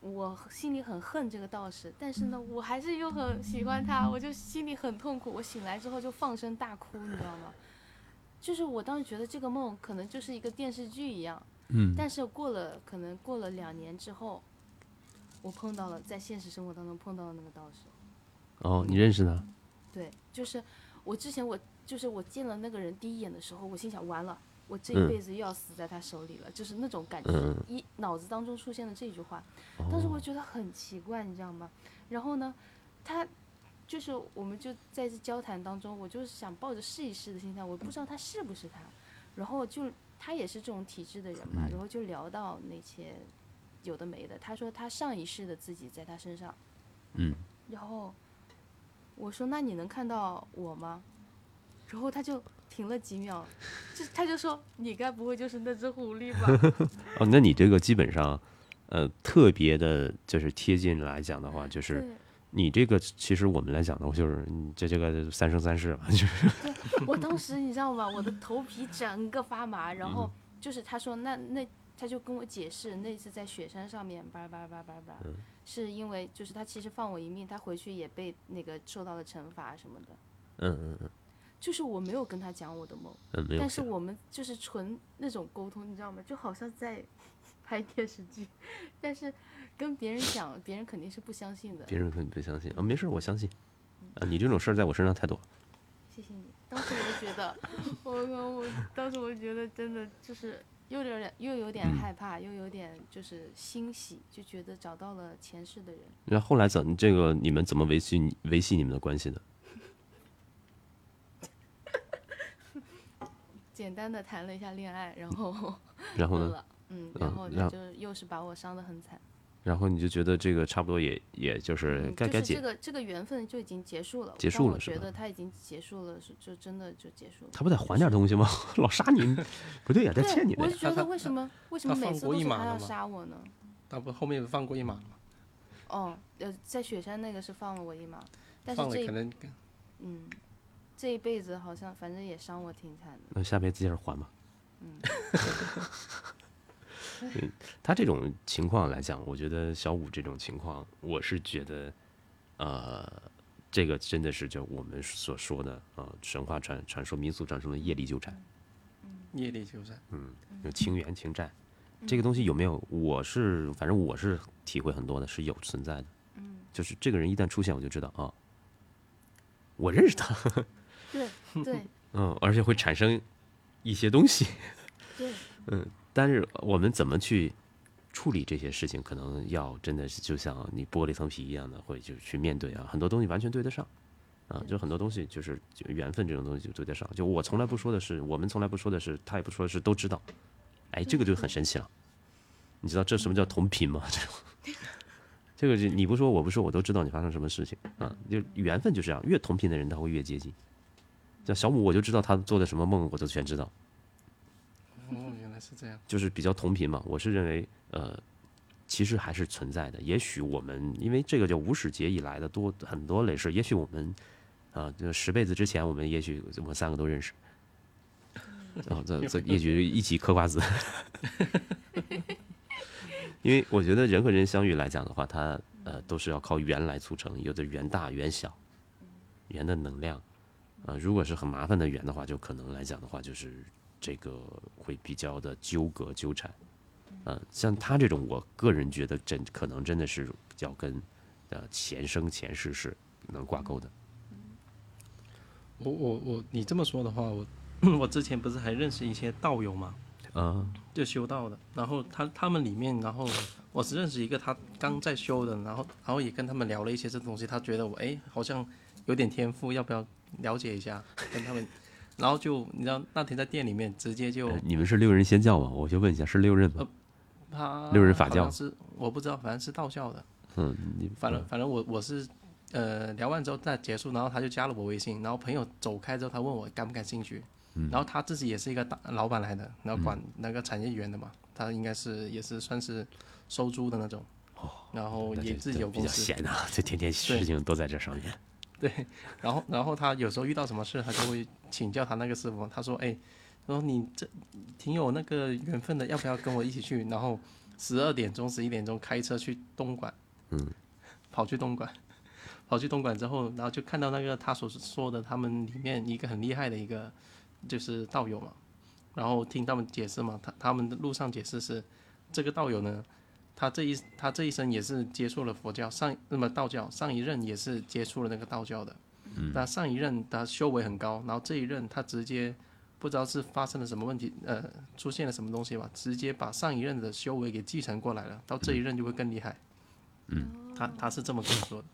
S3: 我心里很恨这个道士，但是呢，我还是又很喜欢他，我就心里很痛苦。我醒来之后就放声大哭，你知道吗？就是我当时觉得这个梦可能就是一个电视剧一样，
S2: 嗯，
S3: 但是过了可能过了两年之后，我碰到了在现实生活当中碰到了那个道士，
S2: 哦，你认识他？
S3: 对，就是我之前我就是我见了那个人第一眼的时候，我心想完了，我这
S2: 嗯
S3: 一辈子又要死在他手里了，就是那种感觉，
S2: 嗯
S3: 一脑子当中出现了这句话，当时
S2: 哦，
S3: 我觉得很奇怪，你知道吗？然后呢，他就是我们就在这交谈当中，我就是想抱着试一试的心态，我不知道他是不是他，然后就他也是这种体质的人嘛，
S2: 嗯
S3: 然后就聊到那些有的没的，他说他上一世的自己在他身上，
S2: 嗯，
S3: 然后我说那你能看到我吗？然后他就停了几秒，就他就说你该不会就是那只狐狸吧？
S2: 哦，那你这个基本上，呃，特别的，就是贴近来讲的话，就是
S3: 对
S2: 你这个其实我们来讲的话，就是你这这个三生三世嘛，就是
S3: 我当时你知道吗？我的头皮整个发麻，然后就是他说那那他就跟我解释那次在雪山上面叭叭叭叭叭，是因为就是他其实放我一命，他回去也被那个受到了惩罚什么的。
S2: 嗯嗯嗯，
S3: 就是我没有跟他讲我的梦，
S2: 嗯，没有
S3: 但是
S2: 想。
S3: 我们就是纯那种沟通，你知道吗？就好像在 拍电视剧，但是跟别人讲，别人肯定是不相信的。
S2: 别人可能不相信啊，没事儿，我相信。啊，你这种事儿在我身上太多了。
S3: 谢谢你。当时我就觉得，我靠，我当时我就觉得真的就是又有点又有点
S2: 嗯
S3: 害怕，又有点就是欣喜，就觉得找到了前世的人。
S2: 那后来怎这个你们怎么维系维系你们的关系的？
S3: 简单的谈了一下恋爱，然 后
S2: 然后
S3: 分
S2: 呢？
S3: 了，嗯，
S2: 嗯
S3: 然后
S2: 然
S3: 他就又是把我伤得很惨。
S2: 然后你就觉得这个差不多也也就是
S3: 嗯
S2: 该
S3: 就
S2: 该
S3: 是这
S2: 解。
S3: 个这个缘分就已经结束了，
S2: 结
S3: 当
S2: 束
S3: 我
S2: 了是
S3: 觉
S2: 吧
S3: 得他已经结束了，是就真的就结束了。
S2: 他不得还点东西吗？ 老杀 你，不对呀、这
S3: 对，
S2: 欠你的
S3: 我
S2: 呀
S3: 就。觉得为什 么为什么
S1: 他
S3: 每
S1: 放
S3: 次
S1: 过
S3: 都
S1: 一
S3: 是
S1: 马
S3: 他
S1: 了吗
S3: 要杀我呢？
S1: 那不后面放过一马了吗？
S3: 哦，呃，在雪山那个是放了我一马，但是
S1: 放了可
S3: 这一
S1: 能
S3: 嗯，这一辈子好像反正也伤我挺惨的。
S2: 那下辈子接着还吧。
S3: 嗯
S2: 嗯，他这种情况来讲，我觉得小五这种情况，我是觉得，呃，这个真的是就我们所说的呃神话传传说、民俗传说的夜里纠缠，
S1: 夜里纠缠。
S3: 嗯
S2: 有情缘情债，这个东西有没有？我是反正我是体会很多的，是有存在的。
S3: 嗯，
S2: 就是这个人一旦出现，我就知道啊，我认识他，
S3: 对 对
S2: 嗯，而且会产生一些东西。
S3: 对，
S2: 但是我们怎么去处理这些事情，可能要真的是就像你剥了一层皮一样的，会就去面对啊，很多东西完全对得上啊，就很多东西就是就缘分这种东西就对得上。就我从来不说的是，我们从来不说的是，他也不说的是，都知道，哎，这个就很神奇了。你知道这什么叫同频吗？这种。 这个是你不说，我不说，我都知道你发生什么事情啊！就缘分就这样，越同频的人他会越接近。像小五，我就知道他做的什么梦，我就全知道。
S1: 哦，原来是这样。
S2: 就是比较同频嘛。我是认为，呃，其实还是存在的。也许我们因为这个叫无始劫以来的多很多类似，也许我们啊，就十辈子之前，我们也许我们三个都认识。啊，这这也许一起嗑瓜子，因为我觉得人和人相遇来讲的话，它呃都是要靠缘来促成，有的缘大缘小，缘的能量，啊、如果是很麻烦的缘的话，就可能来讲的话，就是这个会比较的纠葛纠缠。嗯、像他这种，我个人觉得真可能真的是要跟呃前生前世是能挂钩的。
S1: 嗯我我我，你这么说的话，我 我之前不是还认识一些道友嘛，
S2: 啊
S1: 就修道的。然后他他们里面，然后我只认识一个他刚在修的，然后然后也跟他们聊了一些这东西，他觉得我哎好像有点天赋，要不要了解一下？跟他们，然后就你知道那天在店里面直接就
S2: 呃你们是六人仙教吗？我就问一下，是六壬吗？
S1: 他
S2: 六人法
S1: 好像
S2: 教
S1: 是我不知道，反正是道教的。
S2: 嗯，你
S1: 呃反正反正我我是，呃，聊完之后再结束，然后他就加了我微信，然后朋友走开之后，他问我感不感兴趣，
S2: 嗯
S1: 然后他自己也是一个大老板来的，然后管那个产业园的嘛，他应该是也是算是收租的那种，然后
S2: 哦嗯那
S1: 也
S2: 就
S1: 自己
S2: 就
S1: 有
S2: 比
S1: 公
S2: 较
S1: 司，
S2: 闲啊，这天天事情都在这上面。
S1: 然后然后他有时候遇到什么事，他就会请教他那个师傅，他说，哎，他说你这挺有那个缘分的，要不要跟我一起去？然后十二点钟、十一点钟开车去东莞，
S2: 嗯，
S1: 跑去东莞，跑去东莞之后，然后就看到那个他所说的他们里面一个很厉害的一个就是道友嘛，然后听他们解释嘛，他他们的路上解释是这个道友呢。他这一他这一生也是接触了佛教，上那么道教上一任也是接触了那个道教的，嗯，那上一任他修为很高，然后这一任他直接不知道是发生了什么问题，呃，出现了什么东西吧，直接把上一任的修为给继承过来了，到这一任就会更厉害。嗯，他他是这么跟我说的。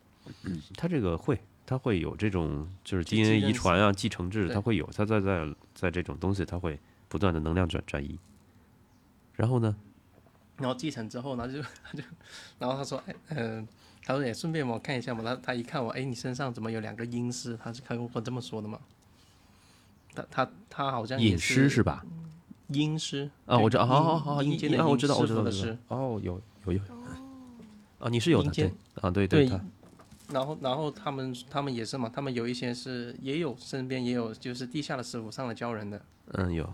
S2: 他这个会，他会有这种就是
S1: 基因
S2: DNA 遗
S1: 认识
S2: 传啊、继承制，
S1: 对
S2: 他会有，他在在在这种东西，他会不断的能量转转移。然后呢，
S1: 然后继承之后，然后就他就，然后他说，哎，呃，他说也顺便帮我看一下嘛。他他一看我，哎，你身上怎么有两个阴尸？他是他跟我这么说的嘛。他他他好像也
S2: 隐师是吧？
S1: 阴尸
S2: 啊，
S1: 对
S2: 我知道，
S1: 阴
S2: 好好好，
S1: 阴间的
S2: 啊，
S1: 阴
S2: 我知道，
S1: 师
S2: 我知道，
S1: 傅
S2: 我
S1: 的
S2: 知
S1: 师
S2: 道。哦，有有有，啊，你是有的，
S1: 阴
S2: 对
S1: 间
S2: 啊，对
S1: 对
S2: 他
S1: 然后，然后他们他们也是嘛，他们有一些是也有身边也有就是地下的师傅上来教人的。
S2: 嗯有，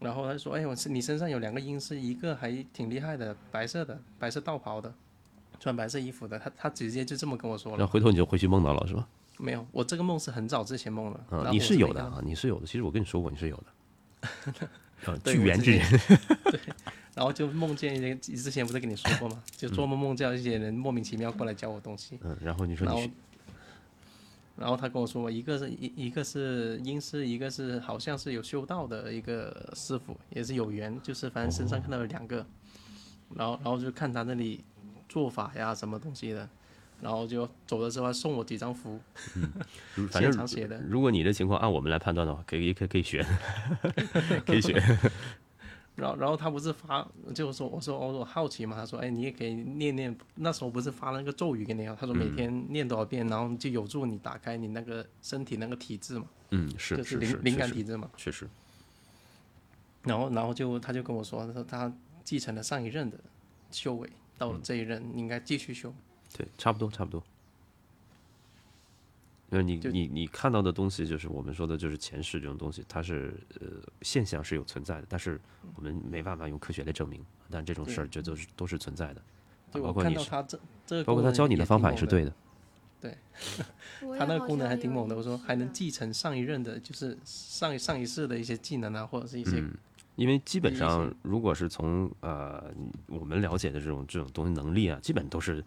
S1: 然后他就说：“哎，我是你身上有两个阴师，一个还挺厉害的，白色的，白色道袍的，穿白色衣服的。他”他直接就这么跟我说
S2: 然
S1: 了。
S2: 后回头你就回去梦到了是吧？
S1: 没有，我这个梦是很早之前梦了。然
S2: 啊，
S1: 后
S2: 你
S1: 我
S2: 是有
S1: 没
S2: 的
S1: 看到
S2: 啊，你是有的。其实我跟你说过，你是有的。 呃，
S1: 对
S2: 巨
S1: 我
S2: 源
S1: 之
S2: 之
S1: 前
S2: 人，
S1: 然后就梦见一些，之前不是跟你说过吗？就做梦梦见一些人莫名其妙过来教我东西，
S2: 嗯，然后你说
S1: 然
S2: 你
S1: 后
S2: 学，
S1: 然后他跟我说，一个是一一个是阴师，一个是好像是有修道的一个师傅，也是有缘，就是反正身上看到有两个，然后然后就看他那里做法呀什么东西的，然后就走的时候还送我几张符，
S2: 如嗯反
S1: 现场
S2: 正呃
S1: 写的，
S2: 如果你的情况按我们来判断的话，可以可以可以 学，可以学。
S1: 然后，然后他不是发，就说我说我说好奇嘛，他说哎，你也可以念念，那时候不是发了那个咒语给你啊，他说
S2: 嗯
S1: 每天念多少遍，然后就有助你打开你那个身体那个体质嘛，
S2: 嗯，是
S1: 就是
S2: 是
S1: 灵
S2: 是，
S1: 灵
S2: 确
S1: 感
S2: 实
S1: 体质嘛。
S2: 确实，
S1: 然后，然后就他就跟我说，他说他继承了上一任的修为，到
S2: 嗯
S1: 了这一任应该继续修。
S2: 对，差不多差不多。就是你
S1: 就
S2: 你你看到的东西，就是我们说的，就是前世这种东西，它是呃现象是有存在的，但是我们没办法用科学来证明。但这种事儿就都是都是存在的，
S1: 对
S2: 包
S1: 我
S2: 括
S1: 看
S2: 你
S1: 到
S2: 是
S1: 他这这个
S2: 包括他
S1: 功能
S2: 教你的方法也
S1: 挺
S2: 是
S1: 猛的
S2: 对的。
S3: 我
S1: 他
S3: 也
S1: 那个
S3: 好
S1: 功能
S3: 像
S1: 还
S3: 有
S1: 挺猛的，
S3: 一
S1: 我说
S3: 是
S1: 还能
S3: 的
S1: 继承上一任的，就是上一上一世的一些技能啊，或者是一些
S2: 因为基本
S1: 理
S2: 上
S1: 性，
S2: 如果是从呃我们了解的这种这种东西能力啊，基本都是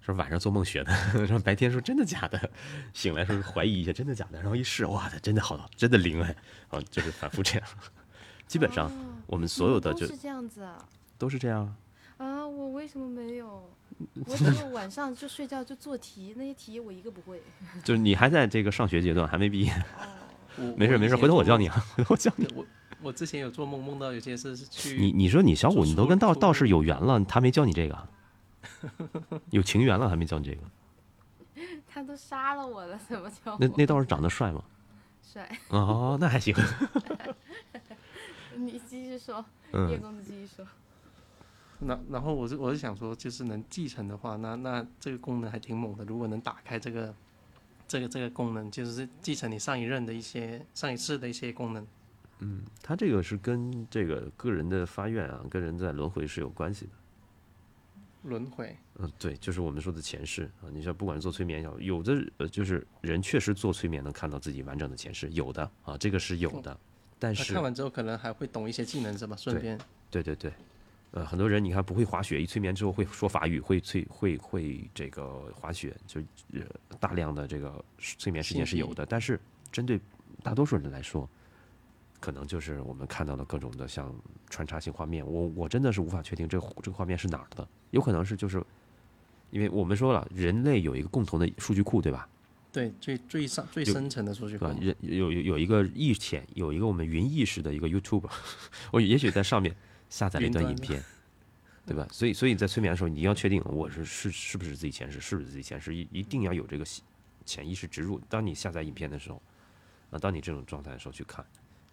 S2: 是晚上做梦学的， 然后白天说真的假的，醒来时候怀疑一下真的假的，然后一试，哇，它真的好，真的灵哎，啊，就是反复这样。基本上
S3: 哦
S2: 我们
S3: 你
S2: 所
S3: 们
S2: 有的
S3: 都
S2: 就是
S3: 这样子啊
S2: 都是这样啊，
S3: 啊！我为什么没有？我 只有晚上就睡觉就做题，那些题我一个不会。
S2: 就是你还在这个上学阶段，还没毕业，
S1: 我
S2: 嗯没事
S1: 我
S2: 没
S1: 以
S2: 事，
S1: 前
S2: 回头我
S1: 做
S2: 教你啊，回头我教你。
S1: 对我我之前有做梦，梦到有些是是去
S2: 你你说你小五，你都跟道
S1: 做
S2: 道士有缘了，他没教你这个啊，有情缘了还没教你这个，
S3: 他都杀了我了，怎么叫我
S2: 那那道士长得帅吗？
S3: 帅？
S2: 哦，那还行。
S3: 你继续说，
S2: 嗯
S3: 叶公子继续说。
S1: 那然后我就我就想说，就是能继承的话，那那这个功能还挺猛的。如果能打开这个这个这个功能，就是继承你上一任的一些上一世的一些功能。
S2: 他这个是跟这个个人的发愿啊，跟人在轮回是有关系的。
S1: 轮回，
S2: 嗯，对，就是我们说的前世啊。你像不管是做催眠也好，有的呃，就是人确实做催眠能看到自己完整的前世，有的啊，这个是有的。但
S1: 他
S2: 是
S1: 看，完之后可能还会懂一些技能是吧？顺
S2: 对
S1: 便
S2: 对对对，呃，很多人你看不会滑雪，一催眠之后会说法语，会催会会这个滑雪，就呃大量的这个催眠事件是有的。但是针对大多数人来说，可能就是我们看到了各种的像穿插性画面，我我真的是无法确定这这个画面是哪儿的，有可能是就是，因为我们说了，人类有一个共同的数据库，对吧？
S1: 对最最上最
S2: 就
S1: 深层的数据
S2: 对吧
S1: 库？，
S2: 人有有有一个意潜，有一个我们云意识的一个 YouTube，我 也许在上面下载了一
S1: 云
S2: 段
S1: 端
S2: 影
S1: 的
S2: 片，对吧？所以所以你在催眠的时候，你要确定我是是是不是自己前世，是不是自己前世，一一定要有这个系潜意识植入。当你下载影片的时候，啊，当你这种状态的时候去看。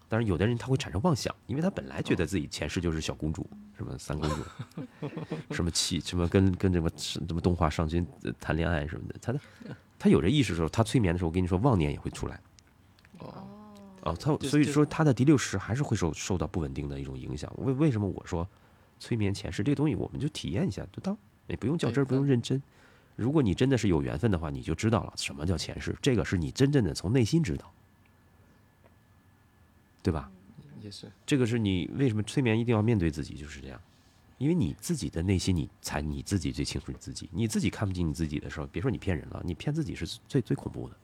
S2: 当然，有的人他会产生妄想，因为他本来觉得自己前世就是小公主，什么三公主，什么七，什么跟跟什么什么东华上君呃谈恋爱什么的，他的他有这意识的时候，他催眠的时候，我跟你说，妄念也会出来。
S1: 哦，
S3: 哦，
S2: 哦，它
S1: 就
S2: 所以
S1: 就
S2: 说它的第六识还是会受受到不稳定的一种影响。为为什么我说催眠前世这东西，我们就体验一下，就当也不用较
S1: 对
S2: 真儿，不
S1: 它
S2: 用认真。如果你真的是有缘分的话，你就知道了什么叫前世，这个是你真正的从内心知道，对吧？
S1: 也是
S2: 这个是你为什么催眠一定要面对自己，就是这样，因为你自己的内心，你才你自己最清楚你自己，你自己看不清你自己的时候，别说你骗人了，你骗自己是最最恐怖的。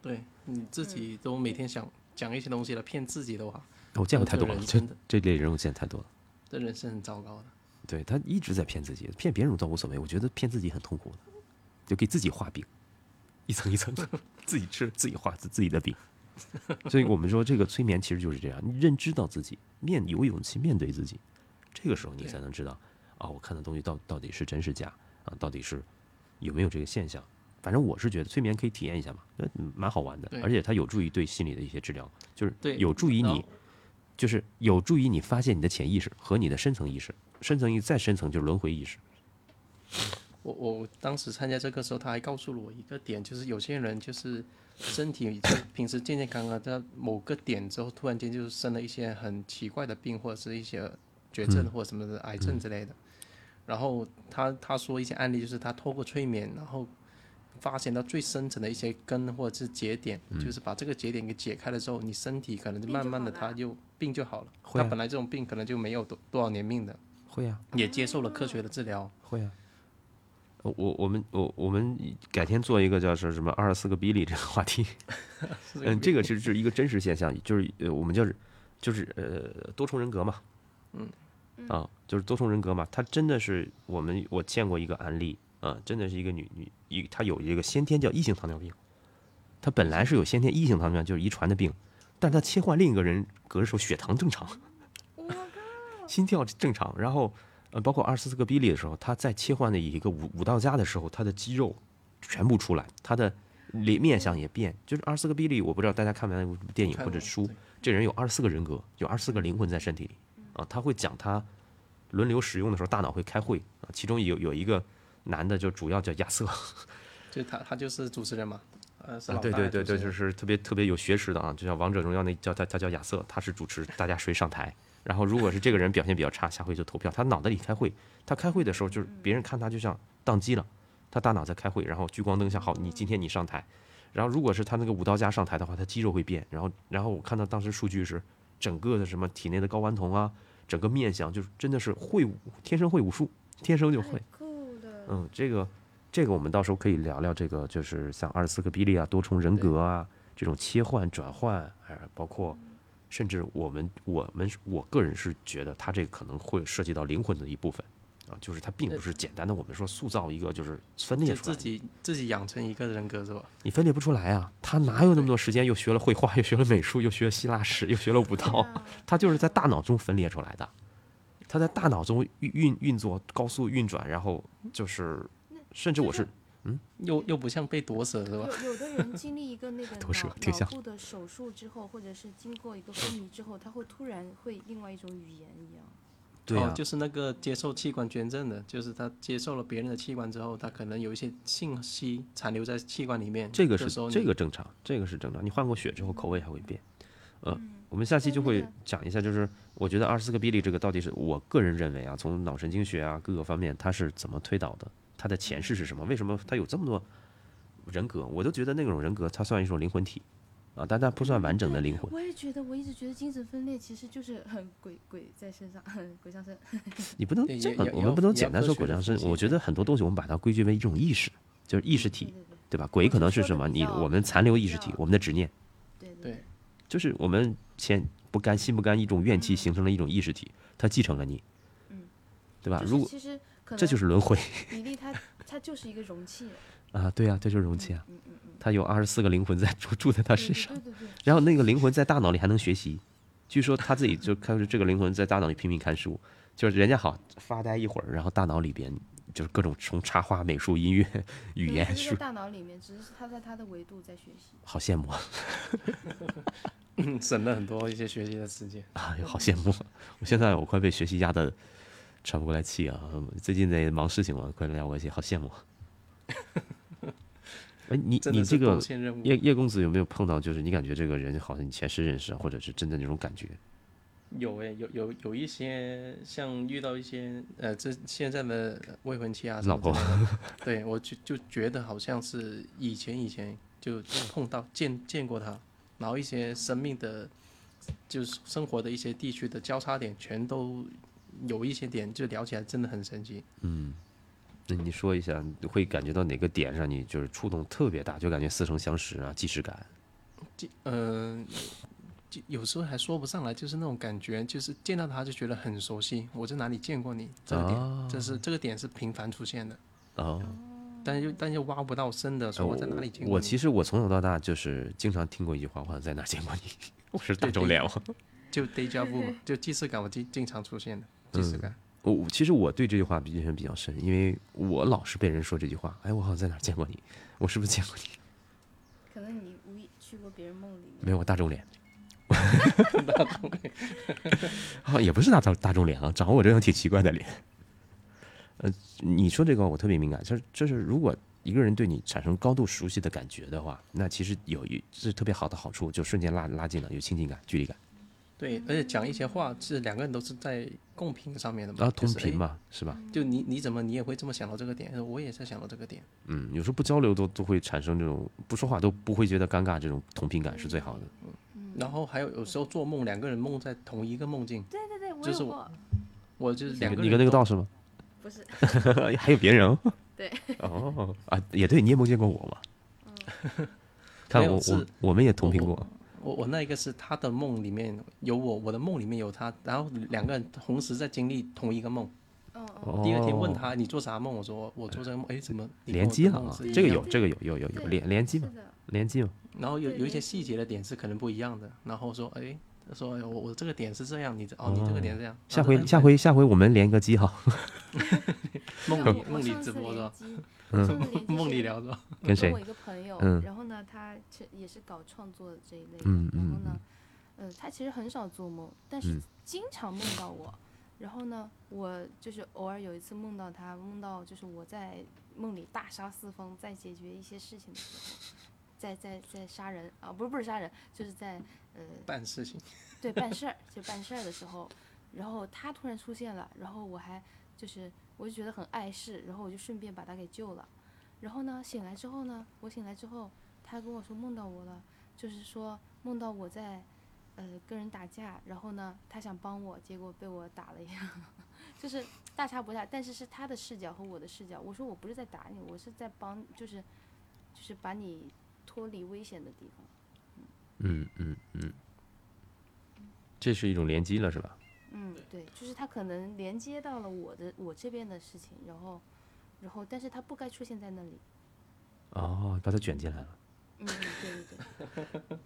S1: 对你自己都每天想讲一些东西了，骗自己的话，
S2: 我哦见过太
S1: 这
S2: 多
S1: 个
S2: 了，
S1: 人
S2: 这
S1: 真的
S2: 这类人我见太多了。
S1: 这人是很糟糕的。
S2: 对他一直在骗自己，骗别人我倒无所谓，我觉得骗自己很痛苦的，就给自己画饼，一层一层的，自己吃自己画自自己的饼。所以我们说，这个催眠其实就是这样，你认知到自己，面有勇气面对自己，这个时候你
S1: 对
S2: 才能知道啊，我看的东西到到底是真是假啊，到底是有没有这个现象。反正我是觉得催眠可以体验一下嘛，呃蛮好玩的
S1: 对，
S2: 而且它有助于对心理的一些治疗，就是
S1: 对
S2: 有助于
S1: 然
S2: 你
S1: 后，
S2: 就是有助于你发现你的潜意识和你的深层意识，深层意再深层就是轮回意识。
S1: 我我当时参加这个时候，他还告诉了我一个点，就是有些人就是身体就平时健健康康，在某个点之后，突然间就生了一些很奇怪的病，或者是一些绝症
S2: 嗯
S1: 或者什么的癌症之类的。然后他他说一些案例，就是他透过催眠，然后发现到最深层的一些根或者是节点，
S2: 嗯
S1: 就是把这个节点给解开了之后，你身体可能就
S3: 病
S1: 慢
S3: 就
S1: 慢
S3: 好
S1: 的它
S3: 了
S1: 就病就好了。
S2: 会
S1: 它
S2: 啊
S1: 本来这种病可能就没有多多少年命的，
S2: 会啊，
S1: 也接受了科学的治疗。
S2: 会啊。我我我们我我们改天做一个叫是什么二十四个比例这个话 题，
S1: 是
S2: 嗯，这个其实就是一个真实现象，就是呃我们叫是就是呃多重人格嘛，嗯啊就是多重人格嘛，它真的是我们我见过一个案例啊，真的是一个女女一她有一个先天叫异型糖尿病，她本来是有先天异型糖尿病就是遗传的病，但她切换另一个人格的时候血糖正常，
S3: 我靠，
S2: 心跳正常，然后呃，包括二十四个比例的时候，他在切换的一个舞舞蹈家的时候，他的肌肉全部出来，他的脸面相也变。就是二十四个比例，我不知道大家看没看过这部电影
S1: 看
S2: 或者
S1: 过
S2: 书
S1: 对，
S2: 这人有二十四个人格，有二十四个灵魂在身体里啊。他会讲他轮流使用的时候，大脑会开会啊。其中有有一个男的就主要叫亚瑟，
S1: 就他他就是主持人嘛，呃，是
S2: 啊
S1: 老
S2: 对
S1: 大
S2: 对
S1: 的
S2: 对
S1: 主
S2: 对，
S1: 持
S2: 就
S1: 人
S2: 是特别特别有学识的啊，就像王者荣耀那叫他他叫亚瑟，他是主持，大家谁上台。然后如果是这个人表现比较差，下回就投票。他脑袋里开会，他开会的时候就是别人看他就像宕机了，他大脑在开会，然后聚光灯下好，你今天你上台。然后如果是他那个舞蹈家上台的话，他肌肉会变。然后然后我看到当时数据是整个的什么体内的睾丸酮啊，整个面相就是真的是会武，天生会武术，天生就会
S3: 太。酷了，
S2: 嗯，这个这个我们到时候可以聊聊这个，就是像二十四个比例啊、多重人格啊这种切换转换，哎，包括
S3: 嗯
S2: 甚至我们我们我个人是觉得它这个可能会涉及到灵魂的一部分啊，就是它并不是简单的我们说塑造一个就是分裂
S1: 就
S2: 出
S1: 自
S2: 来，
S1: 己自己养成一个人格是吧？
S2: 你分裂不出来啊，他哪有那么多时间又学了绘画，又学了美术，又学了希腊史，又学了舞蹈，他就是在大脑中分裂出来的。他在大脑中运运运作高速运转，然后就是，甚至我是
S1: 又又不像被夺舍是吧？
S3: 有有的人经历一个那 个
S2: 都是
S3: 脑
S2: 挺
S3: 脑
S2: 像
S3: 部的手术之后，或者是经过一个昏迷之后，他会突然会另外一种语言一样。
S2: 对啊
S1: 哦，就是那个接受器官捐赠的，就是他接受了别人的器官之后，他可能有一些信息残留在器官里面。
S2: 这个
S1: 时候
S2: 是
S1: 你
S2: 这个正常，这个是正常。你换过血之后，口味还会变。呃，我们下期
S3: 但
S2: 就
S3: 嗯那
S2: 会
S3: 个
S2: 讲一下，就是我觉得二十四个比例这个到底是我个人认为啊，从脑神经学啊各个方面它是怎么推导的，它的前世是什么，为什么它有这么多人格？我都觉得那种人格它算一种灵魂体啊，但它不算完整的灵魂。
S3: 我也觉得，我一直觉得精神分裂其实就是很鬼鬼在身上，鬼上身。
S2: 你不能
S1: 对
S2: 这
S1: 也
S2: 么
S1: 也，
S2: 我
S1: 要
S2: 们不能
S1: 也
S2: 简
S1: 要
S2: 单
S1: 科
S2: 说
S1: 学
S2: 鬼
S1: 地
S2: 上
S1: 分
S2: 身。
S1: 析
S2: 我觉得很多东西我们把它归结为一种意识，就是意识体，
S3: 对对
S2: 对吧？鬼可能是
S3: 说
S2: 什
S3: 得
S2: 么？
S3: 比
S2: 你
S3: 较
S2: 我们残留意识
S3: 比
S2: 体，
S3: 较
S2: 我们的执念。
S3: 对对
S1: 对，
S2: 就是我们前不甘、心不甘一种怨
S3: 嗯
S2: 气，形成了一种意识体，它继承了你，对吧？
S3: 就
S2: 啊
S3: 是
S2: 如果
S3: 其实可能
S2: 这就是轮回
S3: 比利他，他就是一个容器。
S2: 啊，对啊，这就是容器
S3: 嗯
S2: 啊，它有二十四个灵魂在住住在他
S3: 对
S2: 身
S3: 对
S2: 上，
S3: 对对对，
S2: 然后那个灵魂在大脑里还能学习，据说他自己就开始这个灵魂在大脑里拼命看书，就是人家好发呆一会儿，然后大脑里边就是各种从插画、美术、音乐、语
S3: 对
S2: 言
S3: 不是在
S2: 书，
S3: 大脑里面，只是他在他的维度在学习。
S2: 好羡慕啊，
S1: 嗯 省了很多一些学习的时间。
S2: 哎呦，好羡慕！我现在我快被学习压得喘不过来气啊！最近在忙事情嘛，快聊我去，好羡慕。啊 哎，你
S1: 真
S2: 你
S1: 的
S2: 这
S1: 是
S2: 个
S1: 贡献任务，
S2: 叶叶公子有没有碰到？就是你感觉这个人好像你前世认识啊，或者是真的那种感觉？
S1: 有诶、有有有一些像遇到一些呃，这现在的未婚妻啊，什么
S2: 老婆
S1: 之类的，对我就就觉得好像是以前以前就碰到见见过他，然后一些生命的，就是生活的一些地区的交叉点，全都有一些点，就聊起来真的很神奇。
S2: 那你说一下，你会感觉到哪个点让你就是触动特别大，就感觉似曾相识啊，既视感？
S1: 嗯、就有时候还说不上来，就是那种感觉，就是见到他就觉得很熟悉，我在哪里见过你这个点，这是这个点是频繁出现的。
S2: 哦，
S1: 但又但又挖不到深的，说我在哪里见过
S2: 我
S1: 你
S2: 其实我从小到大就是经常听过一句话，我好像在哪儿见过你。我是大
S1: 对
S2: 众
S1: 对
S2: 脸吗？
S1: 就 deja vu 嘛，就既视感，我经经常出现的既视感。
S2: 我我其实我对这句话印象比较深，因为我老是被人说这句话，哎，我好像在哪儿见过你，我是不是见过你？
S3: 可能你无意去过别人梦里面。
S2: 没有，我大众脸，大众脸，啊，也不是大众大众脸啊，长我这张挺奇怪的脸。呃，你说这个我特别敏感，就是就是如果一个人对你产生高度熟悉的感觉的话，那其实有一是特别好的好处，就瞬间拉拉近了有亲近感、距离感。
S1: 对，而且讲一些话是两个人都是在共频上面的嘛，
S2: 然后啊同
S1: 就是
S2: 频，嘛，是吧
S1: 哎？就你你怎么你也会这么想到这个点，我也在想到这个点，
S2: 嗯，有时候不交流都都会产生这种不说话都不会觉得尴尬，这种同频感是最好的。
S1: 然后还有有时候做梦，两个人梦在同一个梦境，
S3: 对对对，我
S1: 就是
S3: 有
S1: 我
S3: 过，
S1: 我就是两个
S2: 你
S1: 人
S2: 跟那个
S1: 都
S2: 道士吗？
S3: 不是，
S2: 还有别人哦？
S3: 对。
S2: 哦啊，也对，你也梦见过我嘛？
S1: 嗯
S2: 看
S1: 没有
S2: 我我
S1: 是
S2: 我们也同频
S1: 我
S2: 过，
S1: 我我那一个是他的梦里面有我，我的梦里面有他，然后两个人同时在经历同一个梦。
S3: 嗯嗯，
S2: 哦
S1: 第二天问他你做啥梦，我说我我做这个梦，哎，怎么你跟
S2: 联
S1: 我
S2: 机
S1: 做
S2: 了
S1: 梦
S2: 啊
S1: 是一？
S2: 这个
S1: 样啊
S2: 有，
S1: 的
S2: 这个有，有有有
S3: 对
S2: 联联机
S3: 是
S2: 嘛，
S3: 的，
S2: 联机嘛，
S1: 然后有
S3: 对
S1: 有一些
S3: 联
S1: 细节的点是可能不一样的，然后说哎，说哎我我这个点是这样，你这哦你这个点是这样，
S2: 下
S1: 然后
S2: 回
S1: 就
S2: 下回下回我们连个机哈，
S1: 梦
S3: 对
S1: 里
S2: 嗯
S3: 我
S1: 梦里
S3: 上
S1: 直
S3: 次
S1: 播是
S3: 联
S1: 吧？
S3: 机，我上次联机
S1: 梦
S3: 是
S1: 里聊是吧？
S3: 嗯
S2: 跟谁
S3: 我一个朋友，
S2: 嗯
S3: 然后呢，他其也是搞创作这一类的，
S2: 嗯
S3: 然后
S2: 嗯
S3: 呢，嗯、他其实很少做梦，但是
S2: 嗯
S3: 经常梦到我。然后呢，我就是偶尔有一次梦到他，梦到就是我在梦里大杀四方，在解决一些事情的时候，在在在杀人啊，不是不是杀人，就是在呃
S1: 办事情，
S3: 对，办事儿就办事儿的时候，然后他突然出现了，然后我还就是我就觉得很碍事，然后我就顺便把他给救了。然后呢，醒来之后呢，我醒来之后，他跟我说梦到我了，就是说梦到我在呃跟人打架，然后呢他想帮我，结果被我打了一样， 就是大差不差，但是是他的视角和我的视角。我说我不是在打你，我是在帮，就是就是把你脱离危险的地方。
S2: 嗯嗯嗯，这是一种联机了是吧？
S3: 嗯，对，就是他可能连接到了我的我这边的事情，然后，然后，但是他不该出现在那里。
S2: 哦，把它卷进来了。
S3: 嗯，对对对，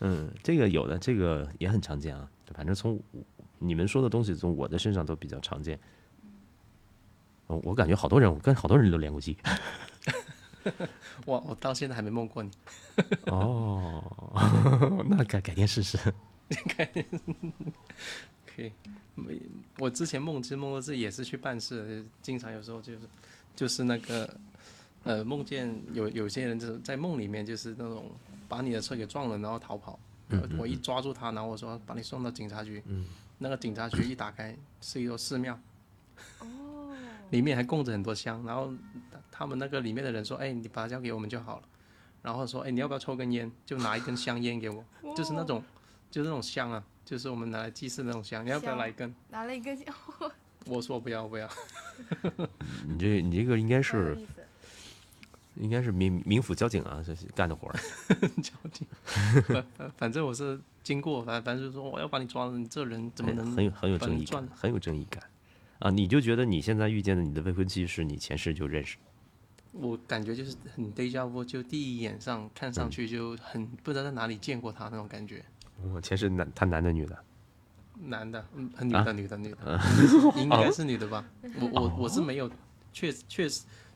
S2: 嗯，这个有的，这个也很常见啊。反正从我你们说的东西，从我的身上都比较常见。哦我感觉好多人，我跟好多人都连过机。
S1: 哇，我到现在还没梦过你，
S2: 哦， 那改改天试试。
S1: 可以。没，我之前梦之梦到自己也是去办事的，经常有时候就是就是那个呃梦见有有些人就是在梦里面就是那种把你的车给撞了，然后逃跑。我一抓住他，然后我说把你送到警察局。那个警察局一打开是一座寺庙，
S3: 哦，
S1: 里面还供着很多香。然后他们那个里面的人说：“哎，你把它交给我们就好了。”然后说：“哎，你要不要抽根烟？就拿一根香烟给我，就是那种就是那种香啊，就是我们拿来祭祀的那种香。你要不要
S3: 香
S1: 来一根
S3: 拿了一个，哦，？”
S1: 我说：“不要，不 要。
S2: 你这你这个应该
S3: 好 有
S1: 哎
S2: 是
S3: 意思，
S2: 应该是民民府交警啊，这是干的活儿。”
S1: 交警，反反反正我是经过，反反正就是说我要把你抓了，你这人怎么
S2: 哎
S1: 能
S2: 很有很有
S1: 把
S2: 正
S1: 人
S2: 义
S1: 赚
S2: 感，很有正义感啊！你就觉得你现在遇见的你的未婚妻是你前世就认识，
S1: 我感觉就是很 deja vu，就第一眼上看上去就很不知道在哪里见过他那种感觉。
S2: 我前世男他男的女的，
S1: 男的，嗯，呃女
S2: 啊
S1: 的，女的，女的，
S2: 嗯
S1: 应该
S2: 哦
S1: 是女的吧？我我我是没有确确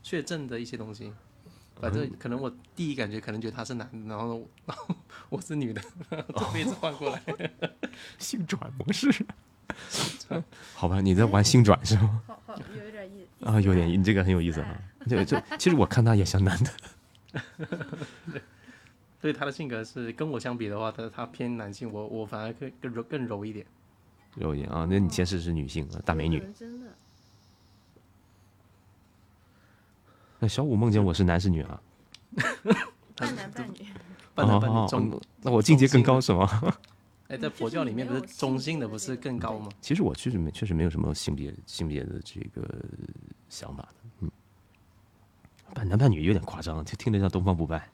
S1: 确证的一些东西，反
S2: 嗯
S1: 正可能我第一感觉可能觉得他是男的，然后 我我是女的，这辈子换过来。
S2: 哦性转模式。 好吧，你在玩性转是吗？
S3: 好好有一点意思
S2: 啊，有点，你这个很有意思啊。对，就其实我看他也像男的，
S1: 对他的性格是跟我相比的话，他他偏男性，我我反而更更柔更柔一点。
S2: 有一点啊。那你前世是女性啊，大美女
S3: 有可。能嗯真的，
S2: 那小五梦见我是男是女啊？
S3: 半男半女，
S1: 半男半
S2: 哦
S1: 女
S2: 哦
S1: 中，
S2: 那我境界更
S1: 中
S2: 高是吗？
S1: 哎，在佛教里面不是中性的不是更高吗？
S2: 其实我确实没确实没有什么性别性别的这个想法的，嗯，半男半女有点夸张，就听着像东方不败。